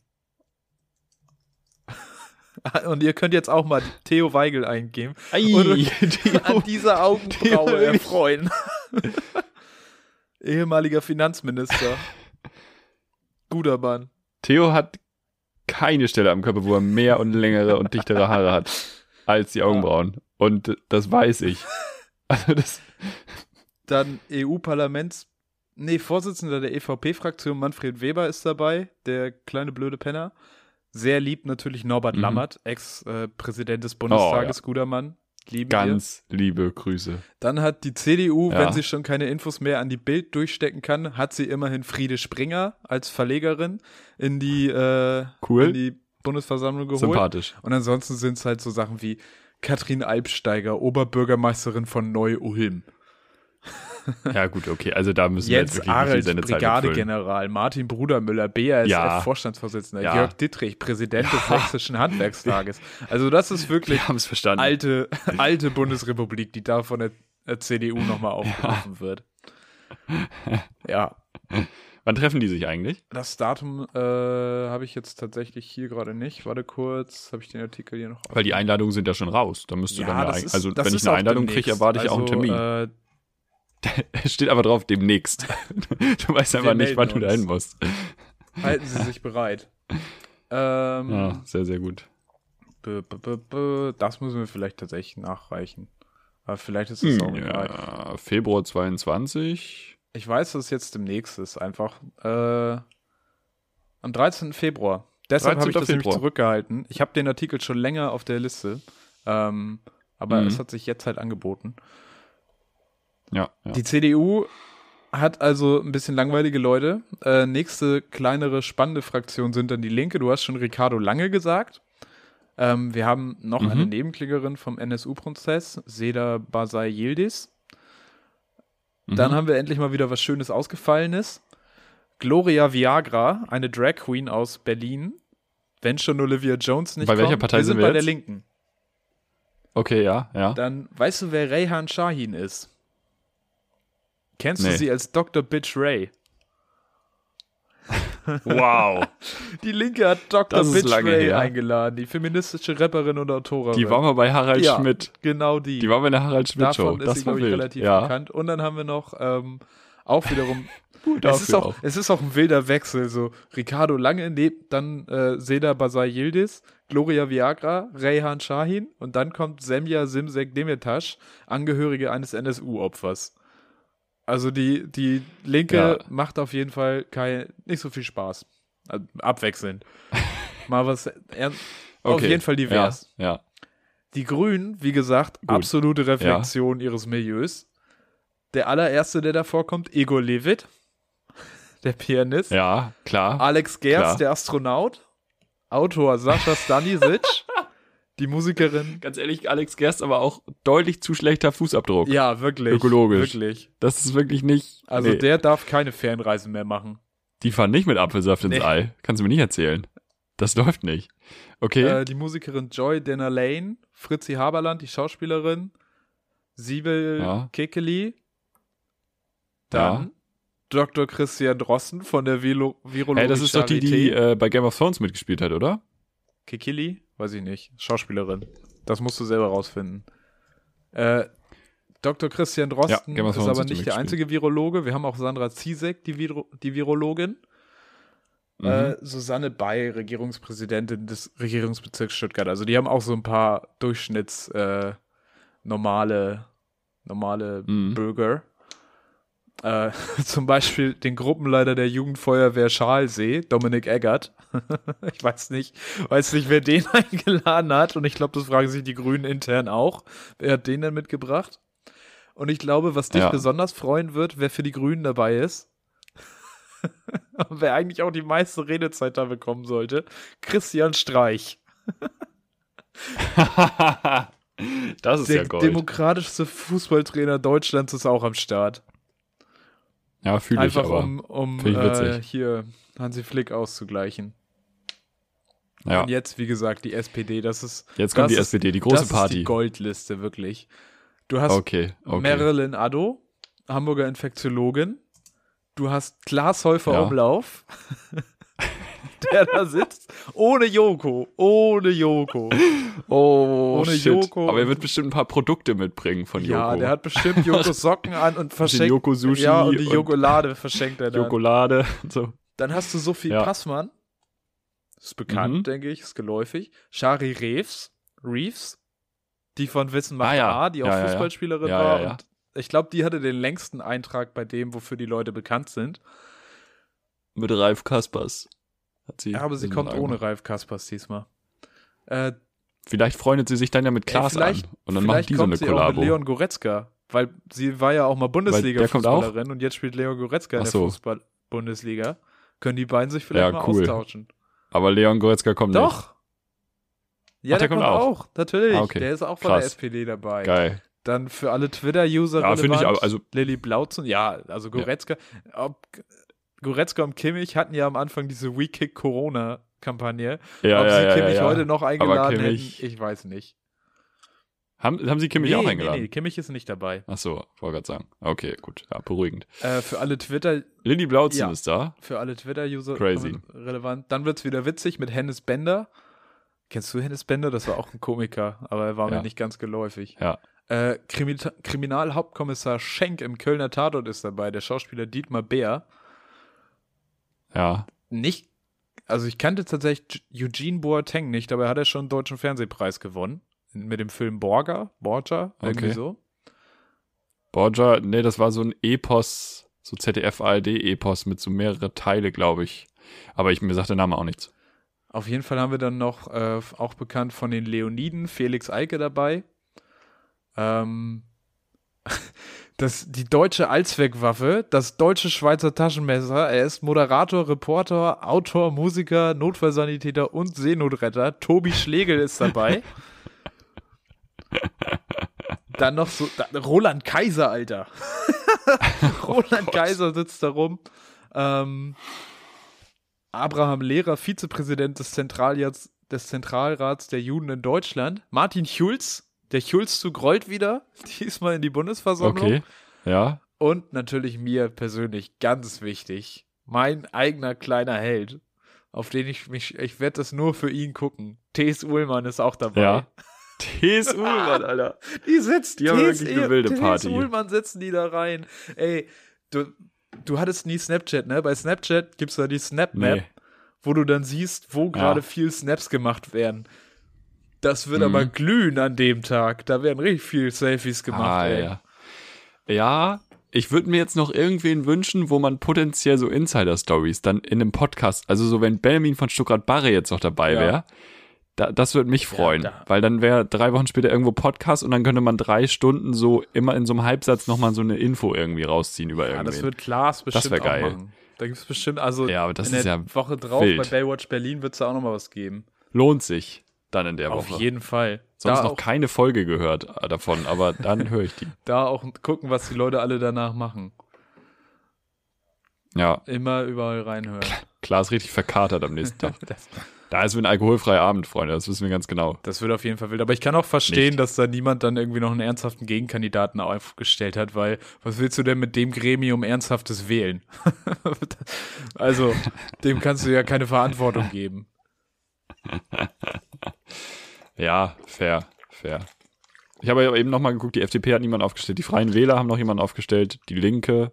B: (laughs) Und ihr könnt jetzt auch mal Theo
A: (laughs)
B: Weigel eingeben.
A: Ei,
B: An dieser Augenbraue
A: Theo-
B: erfreuen. (laughs)
A: (laughs)
B: Ehemaliger Finanzminister. Guter Mann.
A: Theo hat keine Stelle am Körper, wo er mehr und längere und dichtere Haare hat als
B: Ah.
A: die Augenbrauen. Und das weiß
B: (laughs)
A: ich. Also das,
B: Dann EU-Parlaments, nee, Vorsitzender der EVP-Fraktion Manfred Weber ist dabei, der kleine blöde Penner. Sehr lieb natürlich Norbert
A: Mhm. Oh,
B: Lammert, Ex-Präsident des Bundestages, guter Mann. Lieben wir.
A: ganz liebe Grüße.
B: Dann hat die CDU,
A: Ja.
B: wenn sie schon keine Infos mehr an die Bild durchstecken kann, hat sie immerhin Friede Springer als Verlegerin in die, äh,
A: Cool.
B: in die Bundesversammlung geholt.
A: Sympathisch.
B: Und ansonsten sind es halt so Sachen wie Katrin Alpsteiger, Oberbürgermeisterin von Neu-Ulm,
A: Ja, gut, okay. Also da müssen
B: Jens
A: wir jetzt wirklich nicht die
B: Arelt,
A: Sendezeit mitfüllen.
B: Brigadegeneral, Martin Brudermüller,
A: Ja.
B: BASF-Vorstandsvorsitzender,
A: Ja.
B: Jörg Dittrich, Präsident des
A: (laughs)
B: Sächsischen Handwerkstages. Also das ist wirklich
A: Wir haben es verstanden.
B: alte, (laughs) alte Bundesrepublik, die da von der, der CDU nochmal aufgerufen wird. Ja,
A: Wann treffen die sich eigentlich?
B: das Datum äh, habe ich jetzt tatsächlich hier gerade nicht. Warte kurz, habe ich den Artikel hier noch
A: Weil die Einladungen sind ja schon raus. Da müsste dann ja,
B: das
A: ein-
B: ist-
A: also
B: das
A: wenn ich
B: ist
A: eine
B: auch
A: Einladung kriege,
B: demnächst.
A: erwarte ich auch einen
B: Also,
A: Termin.
B: Äh,
A: Steht aber drauf,
B: (laughs)
A: demnächst. du weißt
B: Wir
A: einfach nicht, wann
B: melden
A: du
B: uns.
A: dahin musst.
B: äh, halten Sie sich
A: (laughs)
B: bereit. Ähm,
A: Ja, Ah, sehr, sehr gut.
B: b, b, b, b, das müssen wir vielleicht tatsächlich nachreichen. Aber vielleicht ist es auch egal.
A: Hm, Ja, Februar 22.
B: Ich weiß, dass es jetzt demnächst ist. Einfach äh, am 13. Februar. Deshalb habe ich
A: 13.
B: das nämlich
A: Februar.
B: zurückgehalten. Ich habe den Artikel schon länger auf der Liste. Ähm, aber
A: Mhm.
B: es hat sich jetzt halt angeboten.
A: Ja, ja.
B: Die CDU hat also ein bisschen langweilige Leute. Äh, nächste kleinere spannende Fraktion sind dann die Linke. Du hast schon Ricardo Lange gesagt. Ähm, wir haben noch
A: Mhm.
B: eine Nebenklägerin vom NSU-Prozess, Seda Basay Yildiz.
A: Mhm.
B: Dann haben wir endlich mal wieder was Schönes Ausgefallenes. Gloria Viagra, eine Drag Queen aus Berlin. Wenn schon Olivia Jones nicht
A: Bei welcher
B: kommt.
A: Partei
B: wir
A: sind
B: sind
A: wir
B: bei
A: jetzt?
B: der Linken.
A: okay, ja,
B: (laughs)
A: ja.
B: Dann weißt du, wer Rayhan Shahin ist? Kennst
A: Nee.
B: du sie als Dr. Bitch Ray?
A: Wow.
B: Die Linke hat Dr.
A: Das ist
B: Bitch
A: lange
B: Ray
A: her.
B: eingeladen, die feministische Rapperin und Autorin.
A: Die war mal bei Harald
B: Ja.
A: Schmidt.
B: genau die.
A: Die war bei der Harald Schmidt Show.
B: Davon ist
A: Das
B: sie,
A: war
B: glaube ich,
A: wild.
B: relativ
A: ja.
B: bekannt. Und dann haben wir noch ähm, auch wiederum.
A: (laughs) Gut,
B: es, ist
A: dafür
B: auch, es ist auch ein wilder Wechsel. So Ricardo Lange, nee, dann äh, Seda Basay Yildiz, Gloria Viagra, Reyhan Shahin und dann kommt Semja Simsek Demirtas, Angehörige eines NSU-Opfers. Also die, die Linke
A: Ja.
B: macht auf jeden Fall kein, nicht so viel Spaß. Also Abwechselnd.
A: (laughs)
B: Mal was ernst. Auf
A: Okay.
B: jeden Fall divers.
A: Ja,
B: Die Grünen, wie gesagt,
A: Gut.
B: absolute Reflexion ihres Milieus. Der allererste, der davor kommt, Igor Levit, (laughs) der Pianist.
A: ja. ja klar.
B: Alex Gerz,
A: Klar.
B: der Astronaut. Autor Sascha Stanisic. die Musikerin.
A: Ganz ehrlich, Alex Gerst, aber auch deutlich zu schlechter Fußabdruck.
B: Ja, wirklich.
A: Ökologisch.
B: Wirklich.
A: Das ist wirklich nicht.
B: Also
A: nee.
B: der darf keine Fernreisen mehr machen.
A: Die fahren nicht mit Apfelsaft ins
B: Nee.
A: Ei. Kannst du mir nicht erzählen. Das läuft nicht. Okay.
B: Äh, die Musikerin Joy Dennerlane, Fritzi Haberland, die Schauspielerin, Sibyl
A: Ja.
B: Kekeli, dann
A: Ja.
B: Dr. Christian Drossen von der Vilo Virologie
A: hey, das ist doch die, die äh, bei Game of Thrones mitgespielt hat, oder?
B: Kekeli? Weiß ich nicht. Schauspielerin. Das musst du selber rausfinden. Äh, Dr. Christian Drosten
A: Game of
B: ist
A: Thrones
B: aber
A: hat die
B: nicht der
A: mitgespielt.
B: einzige Virologe. Wir haben auch Sandra Zizek, die, Viro die Virologin.
A: Mhm.
B: Äh, Susanne Bay, Regierungspräsidentin des Regierungsbezirks Stuttgart. Also die haben auch so ein paar Durchschnitts äh, normale, normale
A: Mhm.
B: (laughs) Bürger. Äh, (laughs) zum Beispiel den Gruppenleiter der Jugendfeuerwehr Schalsee, Dominik Eggert. (laughs) ich weiß nicht, weiß nicht, wer den (laughs) eingeladen hat. Und ich glaube, das fragen sich die Grünen intern auch. Wer hat den denn mitgebracht? Und ich glaube, was dich
A: Ja.
B: besonders freuen wird, wer für die Grünen dabei ist, (laughs) und wer eigentlich auch die meiste Redezeit da bekommen sollte, Christian Streich.
A: das ist
B: Der
A: ja Gold.
B: demokratischste Fußballtrainer Deutschlands ist auch am Start.
A: ja, fühle ich
B: Einfach
A: aber.
B: um, um
A: Find ich
B: äh,
A: witzig.
B: hier Hansi Flick auszugleichen.
A: ja.
B: Und jetzt, wie gesagt, die SPD, das ist
A: Jetzt kommt
B: das
A: die
B: ist-
A: SPD, die große
B: das Ist die
A: Party.
B: Goldliste, wirklich. Du hast
A: okay, okay.
B: Marilyn Addo, Hamburger Infektiologin. Du hast Klaas Häufer
A: Ja.
B: Umlauf, (laughs) der da sitzt, ohne Joko, ohne Joko.
A: oh,
B: ohne
A: shit.
B: Joko.
A: Aber er wird bestimmt ein paar Produkte mitbringen von Joko.
B: Ja, der hat bestimmt
A: (laughs)
B: Joko Socken an und verschenkt.
A: Joko Sushi
B: Ja, und die
A: und-
B: Jokolade verschenkt er dann.
A: Jokolade und so.
B: Dann hast du Sophie
A: Ja.
B: Passmann, Ist bekannt,
A: Mhm.
B: denke ich, ist geläufig. Shari Reeves, Reeves, die von Wissen macht
A: Ah, ja.
B: A, die auch
A: Ja, ja, ja.
B: Fußballspielerin
A: Ja,
B: war.
A: ja, ja.
B: Und ich glaube, die hatte den längsten Eintrag bei dem, wofür die Leute bekannt sind.
A: Mit Ralf Kaspers. Hat sie
B: Ja, aber sie
A: den
B: kommt
A: Verlag
B: ohne
A: gemacht.
B: Ralf Kaspers diesmal. Äh,
A: Vielleicht freundet sie sich dann ja mit Klaas an.
B: vielleicht-
A: Und dann machen
B: vielleicht
A: die so eine
B: kommt sie auch
A: Kollabo.
B: mit Leon Goretzka, weil sie war ja auch mal Bundesliga-Fußballerin und jetzt spielt Leon Goretzka in
A: Ach
B: der
A: so.
B: Fußball-Bundesliga. Können die beiden sich
A: Ja,
B: vielleicht mal
A: cool.
B: austauschen?
A: Aber Leon Goretzka kommt nicht.
B: Doch! Ja,
A: Ach,
B: der, kommt auch, natürlich.
A: Ah, okay.
B: Der ist auch von der
A: Krass.
B: SPD dabei.
A: Geil.
B: Dann für alle Twitter-User
A: Ja, finde ich
B: relevant,
A: aber- also-
B: Lilly Blautzen, ja, also Goretzka. Ob, Goretzka und Kimmich hatten ja am Anfang diese We Kick Corona-Kampagne.
A: Ja,
B: Ob
A: ja,
B: sie
A: ja,
B: Kimmich
A: ja, ja.
B: heute noch eingeladen
A: Kimmich-
B: hätten, ich weiß nicht.
A: haben, haben sie Kimmich auch eingeladen?
B: Kimmich ist nicht dabei.
A: Ach so, wollte gerade sagen. Okay, gut. Ja, beruhigend.
B: Äh, für alle Twitter,
A: Lilly Blautzen
B: Ja.
A: ist da.
B: für alle Twitter-User
A: Crazy.
B: relevant. Dann wird's wieder witzig mit Hennes Bender. Kennst du Hennes Bender? Das war auch ein Komiker, aber er war
A: Ja.
B: mir nicht ganz geläufig.
A: Ja.
B: Äh, Krimi Kriminalhauptkommissar Schenk im Kölner Tatort ist dabei, der Schauspieler Dietmar Beer.
A: Ja.
B: Nicht, also ich kannte tatsächlich Eugene Boateng nicht, aber er hat ja schon einen deutschen Fernsehpreis gewonnen. Mit dem Film Borger, Borger, irgendwie
A: Okay.
B: so.
A: Borgia, nee, das war so ein Epos, so ZDF-ARD-Epos mit so mehrere Teile, glaube ich. Aber ich, mir sagt der Name auch nichts.
B: Auf jeden Fall haben wir dann noch äh, auch bekannt von den Leoniden Felix Eike dabei. Ähm, das, die deutsche Allzweckwaffe, das deutsche Schweizer Taschenmesser. Er ist Moderator, Reporter, Autor, Musiker, Notfallsanitäter und Seenotretter. Tobi Schlegel ist dabei. Dann noch so da, Roland Kaiser, Alter. Roland Kaiser sitzt da rum. Ähm, Abraham Lehrer, Vizepräsident des, Zentraljahrs- des Zentralrats der Juden in Deutschland. Martin Schulz, der Schulzzug rollt wieder, (laughs) diesmal in die Bundesversammlung.
A: Okay. Ja.
B: Und natürlich mir persönlich ganz wichtig, mein eigener kleiner Held, auf den ich mich, ich werde das nur für ihn gucken. T.S. Ullmann ist auch dabei.
A: Ja. (laughs) T.S. Ullmann, Alter.
B: Die sitzt,
A: Die haben wirklich eine wilde Party.
B: Ullmann sitzen die da rein. Ey, du, du hattest nie Snapchat, ne? Bei Snapchat gibt's da die Snap-Map
A: Nee.
B: wo du dann siehst, wo gerade viel Snaps gemacht werden. Das wird
A: Mhm.
B: aber glühen an dem Tag. Da werden richtig viel Selfies gemacht.
A: Ah,
B: ey.
A: ja. ja, ich würde mir jetzt noch irgendwen wünschen, wo man potenziell so Insider-Stories dann in einem Podcast, also so wenn Benjamin von Stuttgart-Barre jetzt noch dabei
B: Ja.
A: wäre, da, das würde mich freuen,
B: da-
A: weil dann wäre drei Wochen später irgendwo Podcast und dann könnte man drei Stunden so immer in so einem Halbsatz nochmal so eine Info irgendwie rausziehen über
B: Ja,
A: irgendwen.
B: das wird Klaas bestimmt
A: wär
B: auch
A: geil.
B: machen. Da gibt's bestimmt, also
A: Ja, aber das
B: in der
A: ist ja
B: Woche drauf
A: wild.
B: bei Baywatch Berlin wird's da auch nochmal was geben.
A: Lohnt sich dann in der
B: Auf
A: Woche.
B: jeden Fall.
A: Sonst
B: da,
A: noch
B: auch,
A: keine Folge gehört äh, davon, aber
B: (laughs)
A: dann höre ich die.
B: da auch gucken, was die Leute alle danach machen.
A: Ja,
B: Immer überall reinhören.
A: klar ist richtig verkatert am nächsten Tag.
B: (laughs) Das,
A: Da ist ein alkoholfreier Abend, Freunde, das wissen wir ganz genau.
B: das wird auf jeden Fall wild. Aber ich kann auch verstehen,
A: Nicht.
B: dass da niemand dann irgendwie noch einen ernsthaften Gegenkandidaten aufgestellt hat, weil was willst du denn mit dem Gremium ernsthaftes wählen? (laughs) also, dem kannst du ja keine Verantwortung geben.
A: Ja, fair, fair. Ich habe ja eben nochmal geguckt, die FDP hat niemanden aufgestellt, die Freien Wähler haben noch jemanden aufgestellt, die Linke,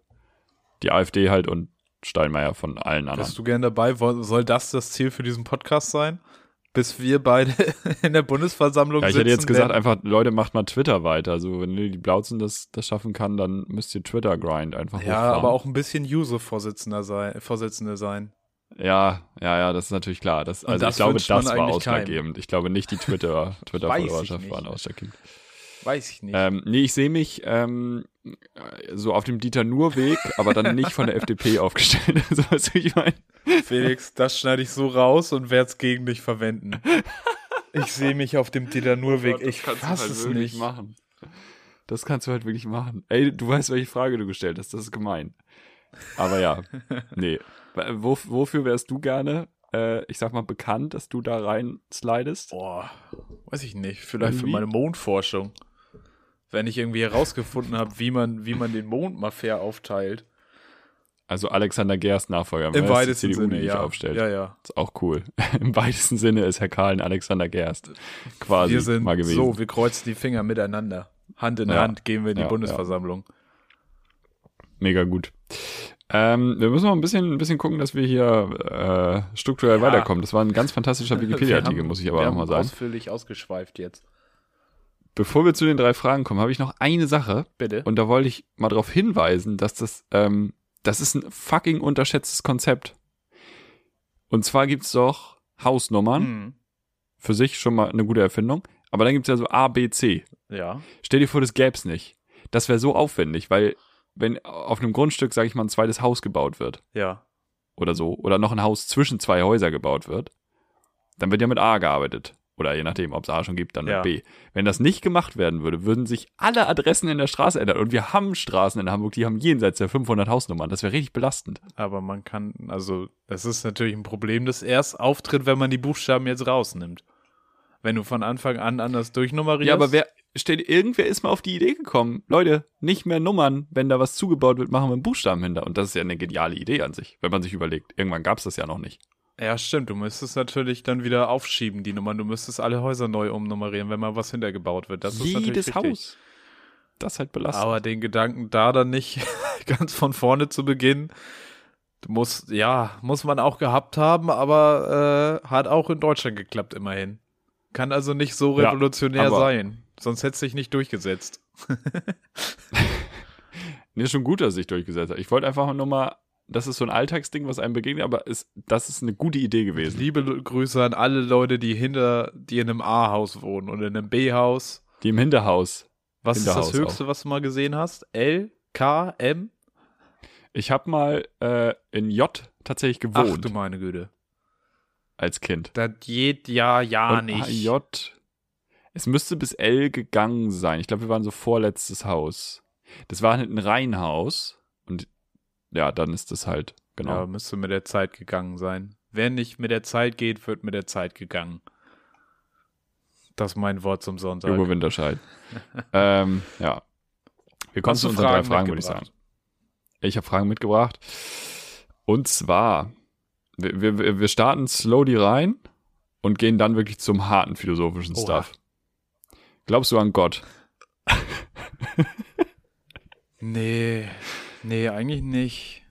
A: die AfD halt und Steinmeier von allen anderen.
B: Bist du gern dabei? Woll- Soll das das Ziel für diesen Podcast sein? Bis wir beide (laughs) in der Bundesversammlung
A: Ja, ich
B: sitzen.
A: hätte jetzt gesagt,
B: werden-
A: einfach, Leute, macht mal Twitter weiter. Also, wenn die Blauzen das, das schaffen kann, dann müsst ihr Twitter-Grind einfach
B: ja,
A: hochfahren.
B: aber auch ein bisschen Juso-Vorsitzender sein, Vorsitzende sein.
A: Ja, ja, ja, das ist natürlich klar. Das, also,
B: das
A: ich glaube,
B: wünscht
A: das
B: man
A: war
B: eigentlich keinem.
A: ausschlaggebend. Ich glaube nicht, die
B: (laughs)
A: Twitter- Twitter-Followerschaft
B: nicht.
A: waren ausschlaggebend.
B: Weiß ich nicht.
A: Ähm, nee, ich sehe mich ähm, äh, so auf dem Dieter-Nur-Weg, aber dann nicht von der FDP aufgestellt. (laughs) so, was ich meine.
B: Felix, das schneide ich so raus und werde es gegen dich verwenden. Ich sehe mich auf dem Dilanurweg. Ich fass es nicht.
A: halt machen. Das kannst du halt wirklich machen. Ey, du weißt, welche Frage du gestellt hast. Das ist gemein. Aber ja, nee. W- Wo, wofür wärst du gerne, äh, ich sag mal, bekannt, dass du da rein slidest?
B: Boah, weiß ich nicht. Vielleicht für
A: Irgendwie?
B: meine Mondforschung. Wenn ich irgendwie herausgefunden habe, wie man, wie man den Mond mal fair aufteilt.
A: Also Alexander Gers Nachfolger. weil
B: Im
A: es die
B: weitesten
A: CDU
B: Sinne,
A: nicht
B: ja.
A: aufstellt.
B: Ja, ja.
A: Ist auch cool. (laughs) Im weitesten Sinne ist Herr Kahlen Alexander Gerst quasi
B: wir sind
A: mal gewesen.
B: so, wir kreuzen die Finger miteinander. Hand in
A: Ja.
B: Hand gehen wir in die
A: Ja,
B: Bundesversammlung.
A: Mega gut. Ähm, wir müssen noch ein bisschen, ein bisschen gucken, dass wir hier äh, strukturell
B: Ja.
A: weiterkommen. Das war ein ganz fantastischer
B: (laughs) Wir
A: Wikipedia-Artikel,
B: haben-
A: muss ich
B: wir
A: aber
B: haben
A: nochmal sagen.
B: Ausführlich ausgeschweift jetzt.
A: Bevor wir zu den drei Fragen kommen, habe ich noch eine Sache.
B: Bitte.
A: Und da wollte ich mal darauf hinweisen, dass das, ähm, das ist ein fucking unterschätztes Konzept. Und zwar gibt's doch Hausnummern,
B: Mhm.
A: für sich schon mal eine gute Erfindung. Aber dann gibt's ja so A, B, C.
B: Ja.
A: Stell dir vor, das gäb's nicht. Das wäre so aufwendig, weil wenn auf einem Grundstück, sage ich mal, ein zweites Haus gebaut wird
B: Ja.
A: oder so, oder noch ein Haus zwischen zwei Häuser gebaut wird, dann wird ja mit A gearbeitet. Oder je nachdem, ob es A schon gibt, dann
B: Ja.
A: mit B. Wenn das nicht gemacht werden würde, würden sich alle Adressen in der Straße ändern. Und wir haben Straßen in Hamburg, die haben jenseits der 500 Hausnummern. Das wäre richtig belastend.
B: Aber man kann, also, es ist natürlich ein Problem, das erst auftritt, wenn man die Buchstaben jetzt rausnimmt. Wenn du von Anfang an anders durchnummerierst.
A: Ja, aber wer, stell, irgendwer ist mal auf die Idee gekommen. Leute, nicht mehr Nummern, wenn da was zugebaut wird, machen wir einen Buchstaben hinter. Und das ist ja eine geniale Idee an sich, wenn man sich überlegt. Irgendwann gab es das ja noch nicht.
B: Ja, stimmt. Du müsstest natürlich dann wieder aufschieben, die Nummern. Du müsstest alle Häuser neu umnummerieren, wenn mal was hintergebaut wird. Das ist natürlich
A: Jedes
B: richtig.
A: Haus. Das ist halt belastend.
B: Aber den Gedanken da dann nicht (laughs) ganz von vorne zu beginnen, muss, ja, muss man auch gehabt haben, aber äh, hat auch in Deutschland geklappt immerhin. Kann also nicht so
A: Ja,
B: revolutionär
A: aber-
B: sein. Sonst hätte es sich nicht durchgesetzt.
A: Nee, ist schon gut, dass es sich durchgesetzt hat. Ich wollte einfach nur mal, das ist so ein Alltagsding, was einem begegnet, aber ist, das ist eine gute Idee gewesen.
B: Liebe Lu- Grüße an alle Leute, die hinter, die in einem A-Haus wohnen und in einem B-Haus.
A: Die im Hinterhaus.
B: Was ist
A: Hinterhaus
B: das Höchste, was du mal gesehen hast? L, K, M?
A: Ich habe mal äh, in J tatsächlich
B: Ach du
A: gewohnt
B: meine Güte.
A: als Kind.
B: Das geht ja, ja
A: Und
B: Ah, nicht.
A: J. Es müsste bis L gegangen sein. Ich glaube, wir waren so vorletztes Haus. Das war halt ein Reihenhaus. Und ja, dann ist das halt, genau.
B: Ja, müsste mit der Zeit gegangen sein. Wer nicht mit der Zeit geht, wird mit der Zeit gegangen. Das ist mein Wort zum Sonntag.
A: Hugo Winterscheid. ähm, ja. Wir kommen
B: Hast
A: zu
B: du
A: unseren drei
B: Fragen
A: Fragen, würde ich sagen.
B: mitgebracht?
A: Ich habe Fragen mitgebracht. Und zwar, wir, wir- wir, wir starten slowly rein und gehen dann wirklich zum harten philosophischen
B: Oha.
A: Stuff. Glaubst du an Gott?
B: Nee, nee, eigentlich nicht.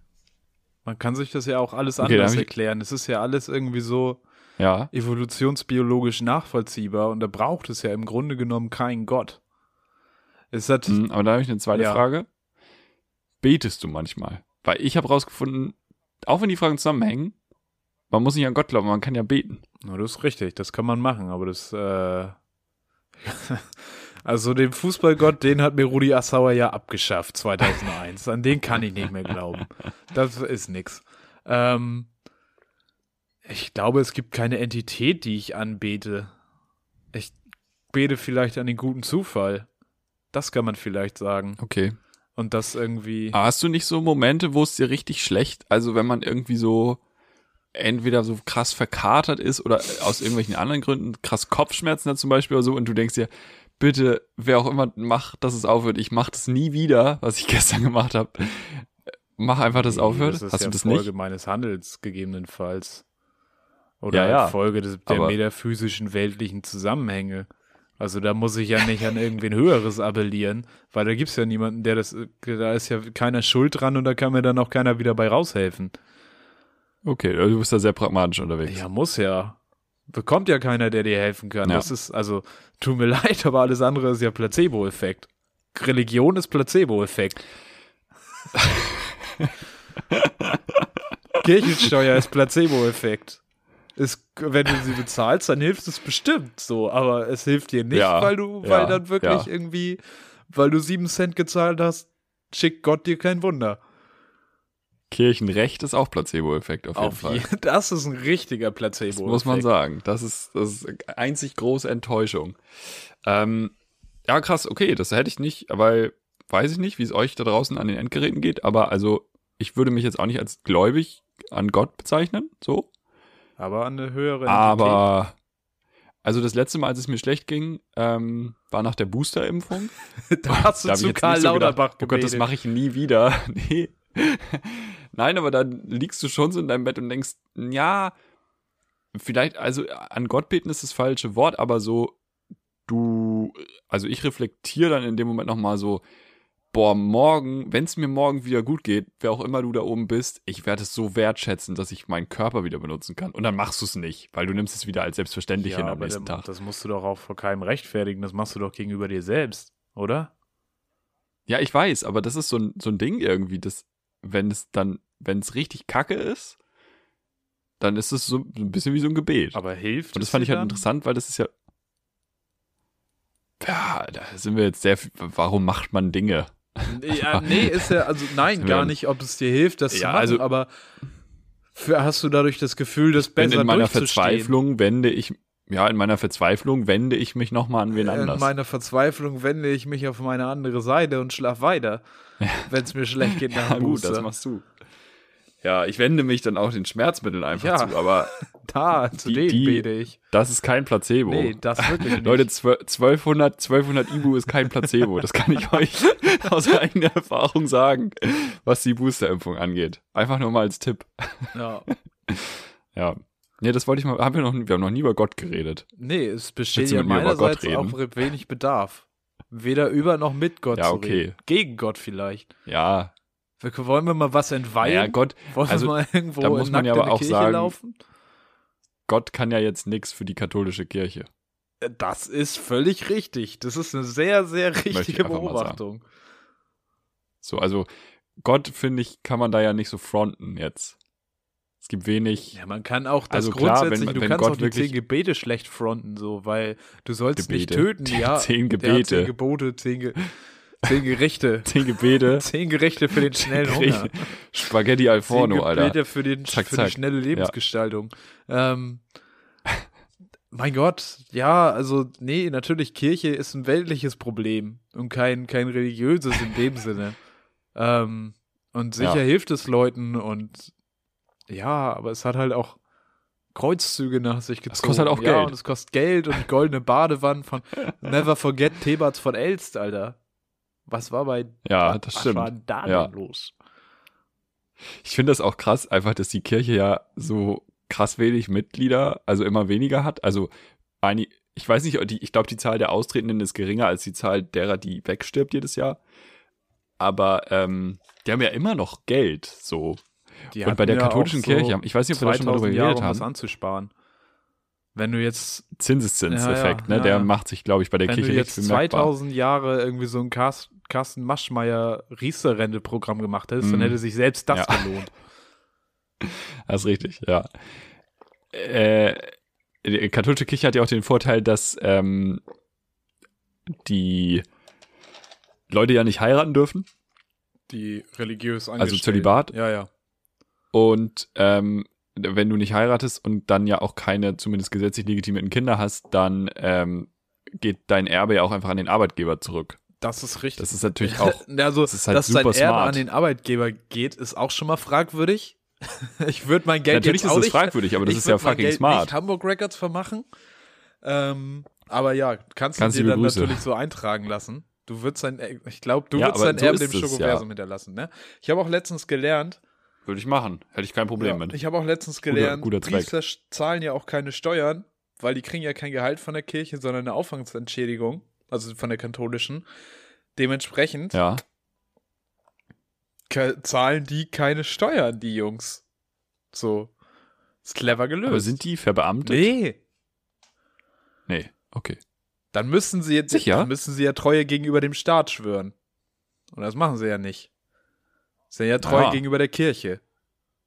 B: Man kann sich das ja auch alles
A: Okay, dann
B: anders
A: hab ich-
B: erklären. Es ist ja alles irgendwie so
A: Ja.
B: evolutionsbiologisch nachvollziehbar und da braucht es ja im Grunde genommen keinen Gott. Es hat,
A: Hm, aber da habe ich eine zweite
B: Ja.
A: Frage. Betest du manchmal? Weil ich habe rausgefunden, auch wenn die Fragen zusammenhängen, man muss nicht an Gott glauben, man kann ja beten.
B: Na, das ist richtig, das kann man machen, aber das, äh, (laughs) also den Fußballgott, den hat mir Rudi Assauer ja abgeschafft 2001. An den kann ich nicht mehr glauben. Das ist nix. Ähm, ich glaube, es gibt keine Entität, die ich anbete. Ich bete vielleicht an den guten Zufall. Das kann man vielleicht sagen.
A: Okay.
B: Und das irgendwie.
A: Aber hast du nicht so Momente, wo es dir richtig schlecht, also wenn man irgendwie so entweder so krass verkatert ist oder äh, aus irgendwelchen anderen Gründen krass Kopfschmerzen hat zum Beispiel oder so und du denkst dir, bitte, wer auch immer macht, dass es aufhört, ich mach das nie wieder, was ich (laughs) gestern gemacht habe. Mach einfach, dass es
B: Nee,
A: aufhört.
B: Das ist
A: hast
B: ja
A: du das
B: Folge
A: nicht?
B: meines Handels gegebenenfalls. Oder
A: Ja, ja.
B: halt Folge des, der
A: Aber-
B: metaphysischen weltlichen Zusammenhänge. Also da muss ich ja nicht an irgendwen Höheres appellieren, weil da gibt's ja niemanden, der das, da ist ja keiner schuld dran und da kann mir dann auch keiner wieder bei raushelfen.
A: Okay, du bist da sehr pragmatisch unterwegs.
B: Ja, muss ja. Bekommt ja keiner, der dir helfen kann.
A: Ja.
B: Das ist, also, tut mir (laughs) leid, aber alles andere ist ja Placebo-Effekt. Religion ist
A: (laughs)
B: Placebo-Effekt. Kirchensteuer ist Placebo-Effekt. Ist, wenn du sie bezahlst, dann hilft es bestimmt so, aber es hilft dir nicht,
A: Ja,
B: weil du,
A: ja,
B: weil dann wirklich
A: ja.
B: irgendwie, weil du sieben Cent gezahlt hast, schickt Gott dir kein Wunder.
A: Kirchenrecht ist auch Placebo-Effekt auf jeden
B: Auf
A: Fall.
B: je, (laughs) das ist ein richtiger
A: Das
B: Placebo-Effekt.
A: muss man sagen. Das ist, das ist einzig große Enttäuschung. Ähm, ja, krass, okay, das hätte ich nicht, weil weiß ich nicht, wie es euch da draußen an den Endgeräten geht, aber also ich würde mich jetzt auch nicht als gläubig an Gott bezeichnen, so.
B: Aber an eine höhere
A: Aber also das letzte Mal, als es mir schlecht ging, ähm, war nach der Booster-Impfung.
B: (laughs) Da hast
A: Da
B: du
A: hab ich
B: zu
A: jetzt
B: Karl
A: nicht so gedacht,
B: Lauterbach
A: Oh Gott, das
B: gebetet.
A: mache ich nie wieder. (laughs) nee. Nein, aber dann liegst du schon so in deinem Bett und denkst, ja, vielleicht, also an Gott beten ist das falsche Wort, aber so, du, also ich reflektiere dann in dem Moment nochmal so, boah, morgen, wenn es mir morgen wieder gut geht, wer auch immer du da oben bist, ich werde es so wertschätzen, dass ich meinen Körper wieder benutzen kann. Und dann machst du es nicht, weil du nimmst es wieder als selbstverständlich hin am
B: aber
A: nächsten
B: dann-
A: Tag.
B: Das musst du doch auch vor keinem rechtfertigen. Das machst du doch gegenüber dir selbst, oder?
A: Ja, ich weiß, aber das ist so ein, so ein Ding irgendwie, dass wenn es dann, wenn es richtig kacke ist, dann ist es so ein bisschen wie so ein Gebet.
B: Aber hilft.
A: Und das
B: es
A: fand
B: dir
A: ich halt
B: dann?
A: interessant, weil das ist ja. Ja, da sind wir jetzt sehr. viel- Warum macht man Dinge?
B: Ja, nee, ist
A: (laughs)
B: ja, also nein, gar nicht, ob es dir hilft, das zu
A: Ja,
B: machen,
A: also-
B: aber für, hast du dadurch das Gefühl, das
A: Wenn
B: besser
A: in meiner
B: durchzustehen?
A: Verzweiflung wende ich. Ja, in meiner Verzweiflung wende ich mich nochmal an wen
B: Äh, In
A: anders.
B: meiner Verzweiflung wende ich mich auf meine andere Seite und schlaf weiter, wenn es mir schlecht geht
A: (laughs) (laughs)
B: nach
A: ja,
B: dem
A: gut, das
B: Booster.
A: machst du. Ja, ich wende mich dann auch den Schmerzmitteln einfach
B: Ja.
A: zu, aber
B: Da, zu
A: Die-
B: denen
A: die-
B: bete ich.
A: das ist kein Placebo.
B: Nee, das wirklich nicht.
A: Leute, 12- 1200, 1200 Ibu ist kein Placebo. Das kann ich (laughs) euch aus eigener Erfahrung sagen, was die Boosterimpfung angeht. Einfach nur mal als Tipp.
B: ja.
A: Ja. Nee, das wollte ich mal. Haben wir, noch, wir haben noch nie über Gott geredet.
B: Nee, es besteht
A: Willst du
B: ja
A: mit mir über Gott
B: meinerseits auch
A: reden?
B: wenig Bedarf. Weder über noch mit Gott
A: Ja,
B: zu
A: okay.
B: reden. Gegen Gott vielleicht.
A: Ja.
B: Wir, wollen wir mal was entweihen?
A: Naja, Gott,
B: wollen
A: also,
B: wir mal irgendwo
A: da muss man
B: nackt
A: ja
B: in
A: aber
B: eine
A: auch
B: Kirche
A: sagen-
B: laufen?
A: Gott kann ja jetzt nichts für die katholische Kirche.
B: Äh, Das ist völlig richtig. Das ist eine sehr, sehr
A: ich
B: richtige
A: einfach mal sagen.
B: Beobachtung.
A: So, also Gott, finde ich, kann man da ja nicht so fronten jetzt. Es gibt wenig.
B: Ja, man kann auch das
A: Also klar,
B: grundsätzlich,
A: wenn-
B: du
A: wenn
B: kannst
A: Gott
B: auch die
A: wirklich-
B: zehn Gebete schlecht fronten, so, weil du sollst nicht
A: Gebete. (laughs)
B: töten, ja.
A: Zehn
B: Ja, zehn
A: Gebete.
B: Gebote, zehn, Ge
A: (laughs)
B: zehn Gerichte.
A: Zehn
B: (laughs)
A: Gebete.
B: zehn Gerichte für den schnellen Hunger.
A: Spaghetti al forno,
B: Zehn
A: Alter.
B: Gebete für, den,
A: Zack,
B: für
A: zack.
B: die schnelle Lebensgestaltung. Ähm, mein Gott, ja, also, nee, natürlich, Kirche ist ein weltliches Problem und kein, kein religiöses in dem Sinne. Ähm, und sicher
A: Ja.
B: hilft es Leuten und ja, aber es hat halt auch Kreuzzüge nach sich gezogen.
A: Das kostet halt auch
B: ja,
A: Geld.
B: Und es kostet Geld und goldene
A: (laughs)
B: Badewannen von Never Forget Thebats von Elst, Alter. Was war bei.
A: Ja, das
B: was war
A: stimmt.
B: denn da
A: Ja.
B: denn los?
A: Ich finde das auch krass, einfach, dass die Kirche ja so krass wenig Mitglieder, also immer weniger hat. Also, eine, ich weiß nicht, die, ich glaube, die Zahl der Austretenden ist geringer als die Zahl derer, die wegstirbt jedes Jahr. Aber ähm, die haben ja immer noch Geld, so.
B: Die
A: Und bei der
B: hatten ja
A: katholischen
B: auch so
A: Kirche, ich weiß nicht, ob wir da schon mal drüber
B: 2000
A: geredet
B: Jahre, um
A: haben.
B: was anzusparen. Wenn du jetzt,
A: Zinseszinseffekt,
B: Ja, ja,
A: ne? Der
B: ja, ja.
A: macht sich, glaube ich, bei der
B: wenn du
A: Kirche
B: jetzt
A: richtig bemerkbar.
B: 2000 Jahre irgendwie so ein Car- Carsten Maschmeyer Riester-Rente-Programm gemacht hättest, dann
A: Mhm.
B: hätte sich selbst das
A: Ja. (laughs)
B: gelohnt.
A: Das ist richtig, ja. Äh, die katholische Kirche hat ja auch den Vorteil, dass ähm, die Leute ja nicht heiraten dürfen
B: Die religiös
A: Angestellten. Zölibat?
B: Ja, ja.
A: und ähm, wenn du nicht heiratest und dann ja auch keine zumindest gesetzlich legitimierten Kinder hast, dann ähm, geht dein Erbe ja auch einfach an den Arbeitgeber zurück.
B: Das ist richtig.
A: Das ist
B: (laughs)
A: natürlich auch
B: also,
A: das ist halt
B: dass dein
A: super
B: Erbe
A: smart.
B: an den Arbeitgeber geht, ist auch schon mal fragwürdig. (laughs) ich würde mein Geld
A: natürlich
B: jetzt
A: ist
B: auch
A: das
B: nicht
A: fragwürdig, aber das
B: Ich
A: ist
B: würd
A: ja
B: mein
A: fucking
B: Geld
A: smart.
B: Nicht Hamburg Records vermachen. Ähm, aber ja, kannst du
A: Ganz
B: dir
A: liebe
B: dann
A: Grüße.
B: natürlich so eintragen lassen. Du würdest dein, ich glaube, du
A: Ja,
B: würdest
A: aber
B: dein
A: so
B: Erbe
A: ist
B: dem
A: es,
B: Schokoversum hinterlassen. Ne? Ich habe auch letztens gelernt,
A: Würde ich machen, hätte ich kein Problem
B: ja,
A: mit.
B: ich habe auch letztens gelernt,
A: guter Zweck.
B: Priester sch- zahlen ja auch keine Steuern, weil die kriegen ja kein Gehalt von der Kirche, sondern eine Aufwandsentschädigung, also von der katholischen. Dementsprechend
A: Ja.
B: ke- zahlen die keine Steuern, die Jungs. So. Ist clever gelöst.
A: Aber sind die verbeamtet?
B: nee,
A: Nee, okay.
B: Dann müssen sie jetzt
A: Sicher?
B: Dann müssen sie ja Treue gegenüber dem Staat schwören. Und das machen sie ja nicht. Sie sind ja treu
A: Ah.
B: gegenüber der Kirche.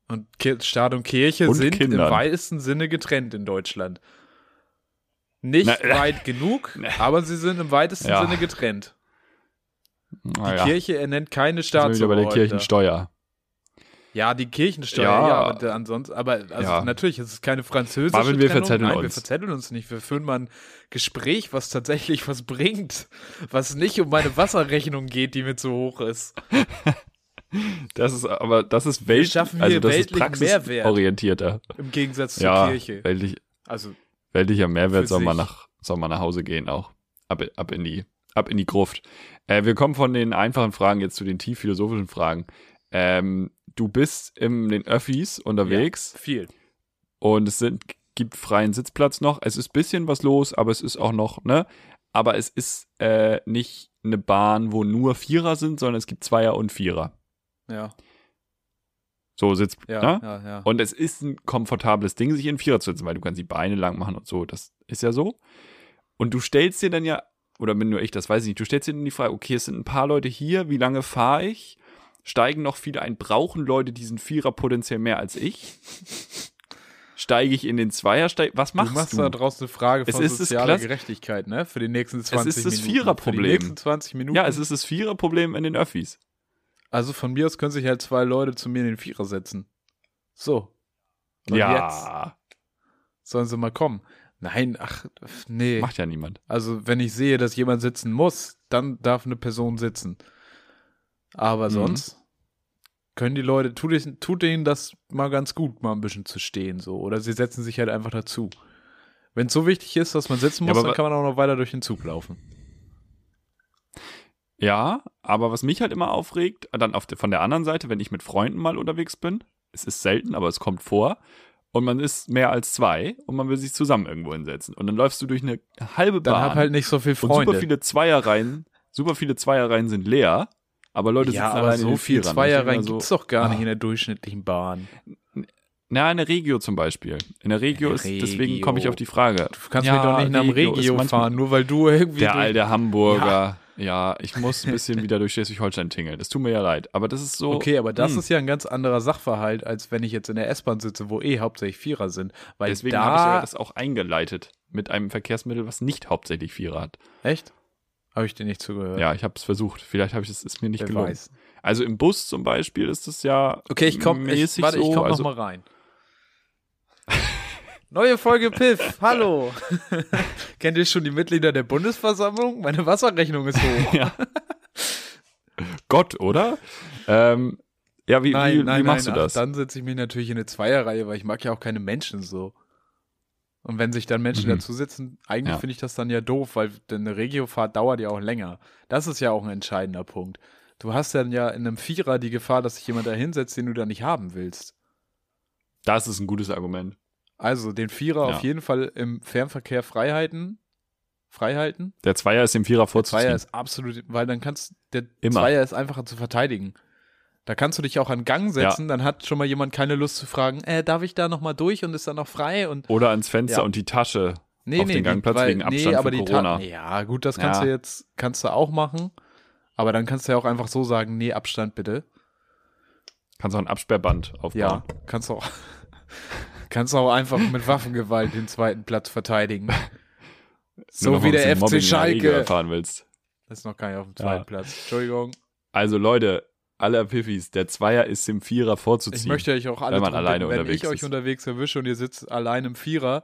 B: Und Ki Staat und Kirche
A: Und
B: sind
A: Kindern.
B: im weitesten Sinne getrennt in Deutschland. Nicht
A: Na, äh, (laughs)
B: weit genug, aber sie sind im weitesten
A: Ja.
B: Sinne getrennt. Die
A: Naja,
B: Kirche ernennt keine
A: sind wir wieder bei der
B: Staatsoberhäupter.
A: Kirchensteuer.
B: Ja, die Kirchensteuer,
A: Ja.
B: ja, aber da- ansonsten, aber also
A: Ja.
B: natürlich, es ist keine französische
A: Marvin, wir
B: Trennung.
A: verzetteln
B: Nein, wir
A: uns.
B: verzetteln uns nicht. Wir führen mal ein Gespräch, was tatsächlich was bringt, was nicht um meine Wasserrechnung geht, die mir zu hoch ist.
A: Das ist aber das ist Welt,
B: schaffen
A: also
B: hier
A: das ist
B: weltlichen Mehrwert.
A: praxisorientierter.
B: Im Gegensatz zur
A: Ja,
B: Kirche.
A: weltlich,
B: Also,
A: weltlicher Mehrwert
B: Für
A: soll man
B: sich.
A: nach soll man nach Hause gehen auch. Ab, ab in die ab in die Gruft. Äh, wir kommen von den einfachen Fragen jetzt zu den tief philosophischen Fragen. Ähm, du bist in den Öffis unterwegs
B: viel.
A: und es sind, gibt freien Sitzplatz noch. Es ist bisschen was los, aber es ist auch noch, ne? Aber es ist äh, nicht, eine Bahn, wo nur Vierer sind, sondern es gibt Zweier und Vierer.
B: Ja,
A: So sitzt,
B: ja,
A: ne?
B: ja, ja.
A: Und es ist ein komfortables Ding, sich in Vierer zu setzen, weil du kannst die Beine lang machen und so. Das ist ja so. Und du stellst dir dann ja, oder bin nur ich, das weiß ich nicht, du stellst dir dann die Frage, okay, es sind ein paar Leute hier, wie lange fahre ich? Steigen noch viele ein? Brauchen Leute diesen Vierer potenziell mehr als ich? Steige ich in den Zweier? Steig, was machst du?
B: du machst da draus eine Frage
A: Es
B: von
A: ist das
B: sozialer
A: Klass-
B: Gerechtigkeit, ne? Für die nächsten 20
A: ist das
B: Minuten. Für die
A: Viererproblem.
B: nächsten 20 Minuten.
A: ja, es ist das Viererproblem in den Öffis.
B: also von mir aus können sich halt zwei Leute zu mir in den Vierer setzen. So. Und Jetzt
A: ja,
B: sollen sie mal kommen. Nein, ach, nee.
A: macht ja niemand.
B: Also, wenn ich sehe, dass jemand sitzen muss, dann darf eine Person sitzen. Aber
A: Mhm.
B: sonst können die Leute, tut, es- tut denen das mal ganz gut, mal ein bisschen zu stehen, so. Oder sie setzen sich halt einfach dazu. Wenn es so wichtig ist, dass man sitzen
A: Ja,
B: muss,
A: aber
B: dann
A: wa-
B: kann man auch noch weiter durch den Zug laufen.
A: Ja, aber was mich halt immer aufregt, dann auf der, von der anderen Seite, wenn ich mit Freunden mal unterwegs bin, es ist selten, aber es kommt vor, und man ist mehr als zwei und man will sich zusammen irgendwo hinsetzen. Und dann läufst du durch eine halbe
B: Dann
A: Bahn
B: hab halt nicht so viel
A: und
B: Freunde.
A: super viele Zweierreihen, super viele Zweierreihen sind leer, aber Leute
B: ja,
A: sitzen
B: aber
A: alleine in
B: so
A: den
B: viel
A: Vierern.
B: Zweierreihen
A: Ich denk mir
B: gibt's doch gar
A: ah.
B: nicht in der durchschnittlichen Bahn.
A: Na, in der Regio zum Beispiel. In der Regio ist, deswegen komme ich auf die Frage.
B: Du kannst
A: Ja,
B: mir doch nicht nach dem
A: ist
B: Regio
A: manchmal-
B: fahren, nur weil du irgendwie.
A: Der
B: durch-
A: alte Hamburger. Ja. ich muss ein bisschen wieder durch Schleswig-Holstein tingeln. Es tut mir ja leid, aber das ist so.
B: Okay, aber das
A: hm.
B: ist ja ein ganz anderer Sachverhalt, als wenn ich jetzt in der S-Bahn sitze, wo eh hauptsächlich Vierer sind. Weil
A: Deswegen habe ich
B: da.
A: ja das auch eingeleitet mit einem Verkehrsmittel, was nicht hauptsächlich Vierer hat.
B: echt? Habe ich dir nicht zugehört?
A: Ja, ich habe es versucht. Vielleicht habe ich es ist mir nicht
B: Wer
A: gelungen.
B: weiß.
A: Also im Bus zum Beispiel ist es ja
B: Okay, ich komme.
A: mäßig
B: Warte,
A: so.
B: ich komme
A: also,
B: nochmal rein. Neue Folge Piff.
A: (laughs)
B: Hallo. Kennt ihr schon die Mitglieder der Bundesversammlung? Meine Wasserrechnung ist hoch.
A: ja. Gott, oder? Ähm, ja, wie, wie, wie machst
B: ach,
A: du das?
B: Dann setze ich mich natürlich in eine Zweierreihe, weil ich mag ja auch keine Menschen so. Und wenn sich dann Menschen
A: Mhm.
B: dazu sitzen, eigentlich
A: Ja.
B: finde ich das dann ja doof, weil denn eine Regiofahrt dauert ja auch länger. Das ist ja auch ein entscheidender Punkt. Du hast dann ja in einem Vierer die Gefahr, dass sich jemand da hinsetzt, den du da nicht haben willst.
A: das ist ein gutes Argument.
B: Also den Vierer
A: Ja.
B: auf jeden Fall im Fernverkehr Freiheiten. Freihalten?
A: Der Zweier ist dem Vierer vorzuziehen.
B: Zweier ist absolut, weil dann kannst der
A: Immer.
B: Zweier ist einfacher zu verteidigen. Da kannst du dich auch an Gang setzen, dann hat schon mal jemand keine Lust zu fragen, äh, darf ich da noch mal durch und ist da noch frei und
A: oder ans Fenster
B: Ja.
A: und die Tasche.
B: nee,
A: Auf
B: nee,
A: den
B: die-
A: Gangplatz
B: weil,
A: wegen
B: nee,
A: Abstand
B: aber
A: für
B: die
A: Corona.
B: Ta- ja, gut, das kannst
A: Ja.
B: du jetzt kannst du auch machen, aber dann kannst du ja auch einfach so sagen, nee, Abstand bitte.
A: Kannst auch ein Absperrband aufbauen.
B: Ja, kannst auch (laughs) kannst auch einfach mit Waffengewalt den zweiten Platz verteidigen.
A: Nur
B: So
A: noch
B: wie
A: ein
B: der
A: bisschen Mobbing
B: FC
A: in der Regel
B: Schalke.
A: erfahren willst.
B: Das ist noch gar nicht auf dem
A: Ja.
B: zweiten Platz. Entschuldigung.
A: Also Leute, aller Piffis, der Zweier ist dem Vierer vorzuziehen.
B: Ich möchte euch auch alle
A: wenn man
B: drum bitten,
A: alleine
B: wenn
A: unterwegs
B: ich euch
A: ist.
B: unterwegs erwische und ihr sitzt allein
A: (laughs)
B: im Vierer,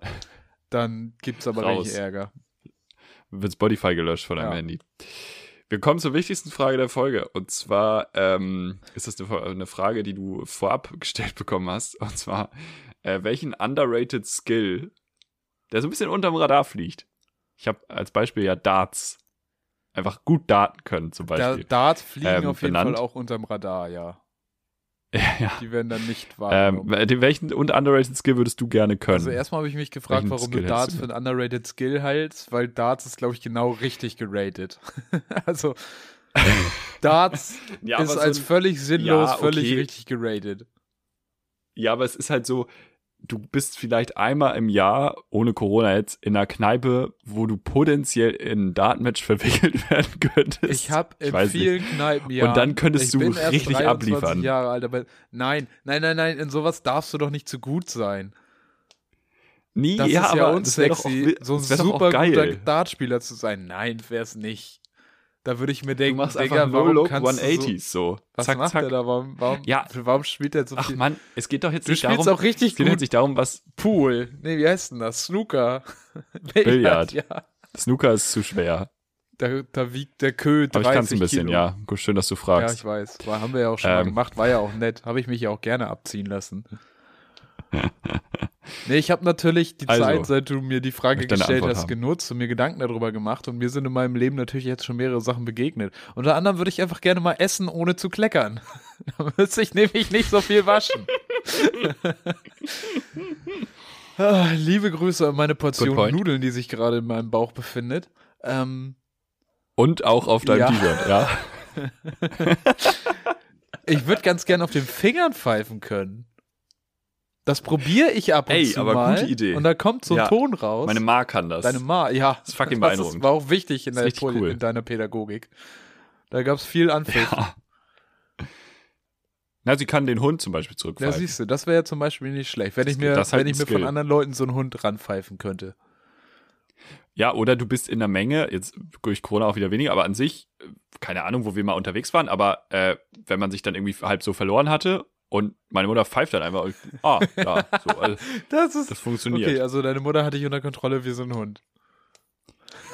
B: dann gibt's aber
A: Raus.
B: richtig Ärger.
A: Wird Spotify gelöscht von deinem
B: Ja.
A: Handy. Wir kommen zur wichtigsten Frage der Folge. Und zwar ähm, ist das eine, eine Frage, die du vorab (laughs) gestellt bekommen hast. Und zwar, äh, welchen underrated Skill, der so ein bisschen unterm Radar fliegt. Ich habe als Beispiel ja Darts. Einfach gut Daten können zum
B: Da,
A: Beispiel.
B: Darts fliegen
A: Ähm,
B: auf jeden
A: benannt.
B: Fall auch unterm Radar, ja.
A: (laughs) ja.
B: Die werden dann nicht
A: Ähm,
B: wahrgenommen.
A: wel- welchen und underrated Skill würdest du gerne können?
B: genau. also erstmal habe ich mich gefragt,
A: welchen
B: warum
A: Skill
B: du
A: hältst
B: Darts
A: du
B: für ein underrated Skill hältst, weil Darts ist, glaube ich, genau richtig geratet. (laughs)
A: (laughs)
B: also Darts
A: ja,
B: ist
A: so
B: als
A: ein-
B: völlig sinnlos,
A: Ja,
B: völlig
A: okay.
B: richtig geratet.
A: Ja, aber es ist halt so, du bist vielleicht einmal im Jahr, ohne Corona jetzt, in einer Kneipe, wo du potenziell in ein Dartmatch (laughs) verwickelt werden könntest.
B: Ich habe in
A: weiß nicht.
B: vielen Kneipen ja.
A: Und dann könntest
B: ich
A: du
B: bin erst
A: richtig
B: 23
A: abliefern.
B: Jahre alt, aber nein, nein, nein, nein, in sowas darfst du doch nicht zu gut sein.
A: Nie,
B: Das
A: ja,
B: ist ja
A: aber das wär doch auch
B: unsexy,
A: wi-
B: so ein
A: das wär doch auch
B: super guter
A: geil.
B: Dartspieler zu sein. Nein, wär's nicht. Da würde ich mir
A: Du
B: denken,
A: machst
B: Digga,
A: einfach
B: warum
A: No-Look
B: kannst du
A: 180s
B: So,
A: so.
B: was
A: zack,
B: macht
A: zack.
B: er da? Warum, warum,
A: Ja.
B: warum spielt er so
A: Ach
B: viel?
A: Mann, es geht doch jetzt
B: du
A: nicht
B: spielst
A: darum,
B: auch richtig
A: es geht jetzt
B: gut
A: nicht darum, was
B: Pool. Nee, wie heißt denn das? Snooker. (laughs)
A: Billard.
B: Ja.
A: Snooker ist zu schwer.
B: Da, da wiegt der Kö 30
A: Aber ich kann es ein bisschen,
B: Kilo.
A: ja. Gut, Schön, dass du
B: Ja,
A: fragst.
B: ich weiß. War, haben wir ja auch schon mal
A: Ähm.
B: gemacht. War ja auch nett. Habe ich mich ja auch gerne
A: (laughs)
B: abziehen lassen. nee, ich habe natürlich die
A: Also,
B: Zeit, seit du mir die Frage
A: möchte eine
B: gestellt
A: Antwort
B: hast,
A: haben.
B: genutzt und mir Gedanken darüber gemacht. Und mir sind in meinem Leben natürlich jetzt schon mehrere Sachen begegnet. Unter anderem würde ich einfach gerne mal essen, ohne zu kleckern. (laughs) da müsste ich nämlich nicht so
A: (laughs)
B: viel waschen. Ah, Liebe Grüße an meine Portion
A: point.
B: Nudeln, die sich gerade in meinem Bauch befindet. Ähm,
A: Und auch auf deinem
B: Ja.
A: T-Shirt, ja.
B: (laughs) Ich würde ganz gern auf den Fingern pfeifen können. Das probiere ich ab und
A: Ey,
B: zu
A: aber
B: mal.
A: gute Idee.
B: Und da kommt so ein
A: Ja.
B: Ton raus.
A: Meine Ma kann das.
B: Deine Ma, ja.
A: ist fucking
B: Das
A: beeindruckend.
B: war auch wichtig in,
A: Ist
B: der
A: richtig
B: Poli-
A: cool.
B: in deiner Pädagogik. Da gab es viel Anpfiff.
A: ja. Na, sie kann den Hund zum Beispiel
B: Ja,
A: zurückpfeifen.
B: siehst du, das wäre ja zum Beispiel nicht schlecht, wenn ich mir,
A: das ist halt
B: wenn
A: ein
B: ich mir von
A: Skill.
B: anderen Leuten so einen Hund ranpfeifen könnte.
A: Ja, oder du bist in der Menge, jetzt durch Corona auch wieder weniger, aber an sich, äh, keine Ahnung, wo wir mal unterwegs waren, aber äh, wenn man sich dann irgendwie halb so verloren hatte und meine Mutter pfeift dann einfach, ich, ah, da, so, also,
B: Das ist.
A: das funktioniert.
B: Okay, also deine Mutter hatte ich unter Kontrolle wie so ein Hund.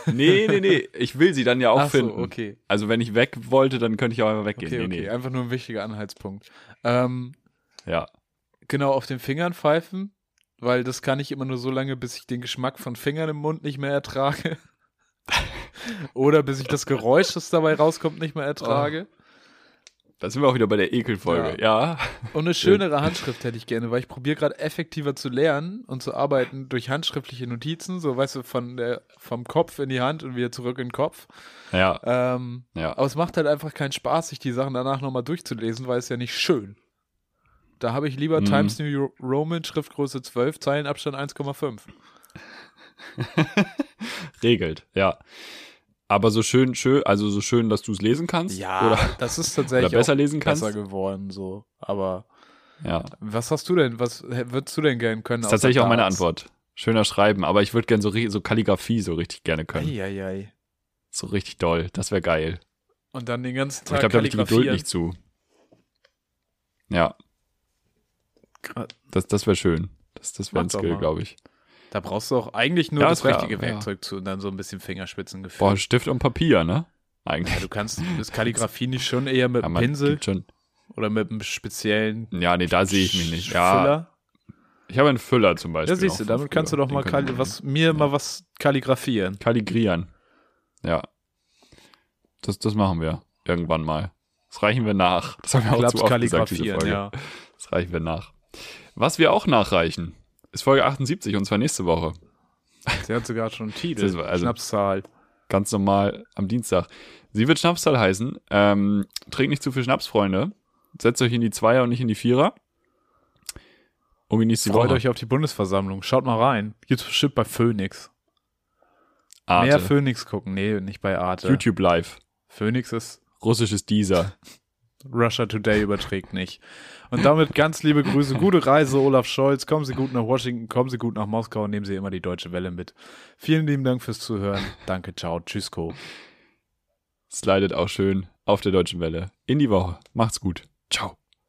A: Nee, nee, nee, ich will sie dann ja auch
B: Ach
A: finden.
B: so, okay.
A: Also wenn ich weg wollte, dann könnte ich auch einfach weggehen.
B: Okay,
A: nee,
B: okay. Einfach nur ein wichtiger Anhaltspunkt. Ähm,
A: nee. Ja.
B: genau auf den Fingern pfeifen, weil das kann ich immer nur so lange, bis ich den Geschmack von Fingern im Mund nicht mehr ertrage. (laughs) Oder bis ich das Geräusch, das dabei rauskommt, nicht mehr
A: Oh.
B: ertrage.
A: Da sind wir auch wieder bei der Ekelfolge. Ja.
B: Und eine schönere Handschrift hätte ich gerne, weil ich probiere gerade effektiver zu lernen und zu arbeiten durch handschriftliche Notizen, so weißt du, von der, vom Kopf in die Hand und wieder zurück in den Kopf.
A: Ja.
B: Ähm,
A: Ja.
B: Aber es macht halt einfach keinen Spaß, sich die Sachen danach nochmal durchzulesen, weil es ja nicht schön. Da habe ich lieber
A: Mhm.
B: Times New Ro- Roman, Schriftgröße 12, Zeilenabstand 1,5.
A: Regelt. Ja. Aber so schön, schön, also so schön, dass du es lesen kannst. Oder,
B: das ist
A: oder
B: tatsächlich
A: besser
B: auch
A: lesen kannst.
B: besser Genau, geworden so. Aber
A: Ja.
B: was hast du denn? Was hä- würdest du denn gerne können?
A: Das ist tatsächlich auch meine Antwort. Schöner Schreiben, aber ich würde gerne so, ri- so Kalligrafie so richtig gerne können.
B: Eieiei.
A: So richtig doll. Das wäre geil.
B: Und dann den ganzen
A: Aber ich glaube,
B: Tag
A: da habe ich die Geduld
B: kalligrafieren.
A: nicht zu. Ja.
B: Gra-
A: Das, das wäre schön. Das, das wäre
B: Mach
A: ein
B: doch
A: Skill,
B: mal.
A: glaube ich.
B: Da brauchst du auch eigentlich nur
A: Ja,
B: das
A: ist klar,
B: richtige
A: ja.
B: Werkzeug zu und dann so ein bisschen Fingerspitzengefühl.
A: Boah, Stift und Papier, ne? Eigentlich.
B: Ja, du kannst das Kalligrafie nicht schon eher mit
A: Ja,
B: einem
A: man
B: Äh, Pinsel
A: gibt schon.
B: oder mit einem speziellen
A: Ja, nee, da sehe ich mich nicht. Ja,
B: Füller?
A: ich habe einen Füller zum Beispiel.
B: Ja, siehst du,
A: auch
B: damit
A: von
B: kannst du
A: früher.
B: doch mal
A: Den kann
B: kalli-
A: man
B: was, mir mal was kalligrafieren.
A: Kalligrieren. Ja. Das, das machen wir irgendwann mal. Das reichen wir nach. Das haben wir auch zu
B: Klaps
A: oft gesagt, diese
B: kalligrafieren,
A: Folge.
B: ja.
A: Das reichen wir nach. Was wir auch nachreichen, ist Folge 78 und zwar nächste Woche.
B: Sie hat sogar schon einen
A: Das
B: Titel.
A: war- also-
B: Schnapszahl.
A: Ganz normal am Dienstag. Sie wird Schnapszahl heißen. Ähm, trinkt nicht zu viel Schnaps, Freunde. Setzt euch in die Zweier und nicht in die Vierer. Und genießt die
B: Freut
A: Woche.
B: euch auf die Bundesversammlung. Schaut mal rein. Gibt's bestimmt bei Phoenix.
A: Arte.
B: Mehr Phoenix gucken. Nee, nicht bei Arte.
A: YouTube Live.
B: Phoenix ist
A: Russisches Dieser.
B: Russia Today überträgt nicht. Und damit ganz liebe Grüße. Gute Reise, Olaf Scholz. Kommen Sie gut nach Washington, kommen Sie gut nach Moskau und nehmen Sie immer die deutsche Welle mit. Vielen lieben Dank fürs Zuhören. Danke, ciao. Tschüss, Co.
A: Slidet auch schön auf der Deutschen Welle in die Woche. Macht's gut. Ciao.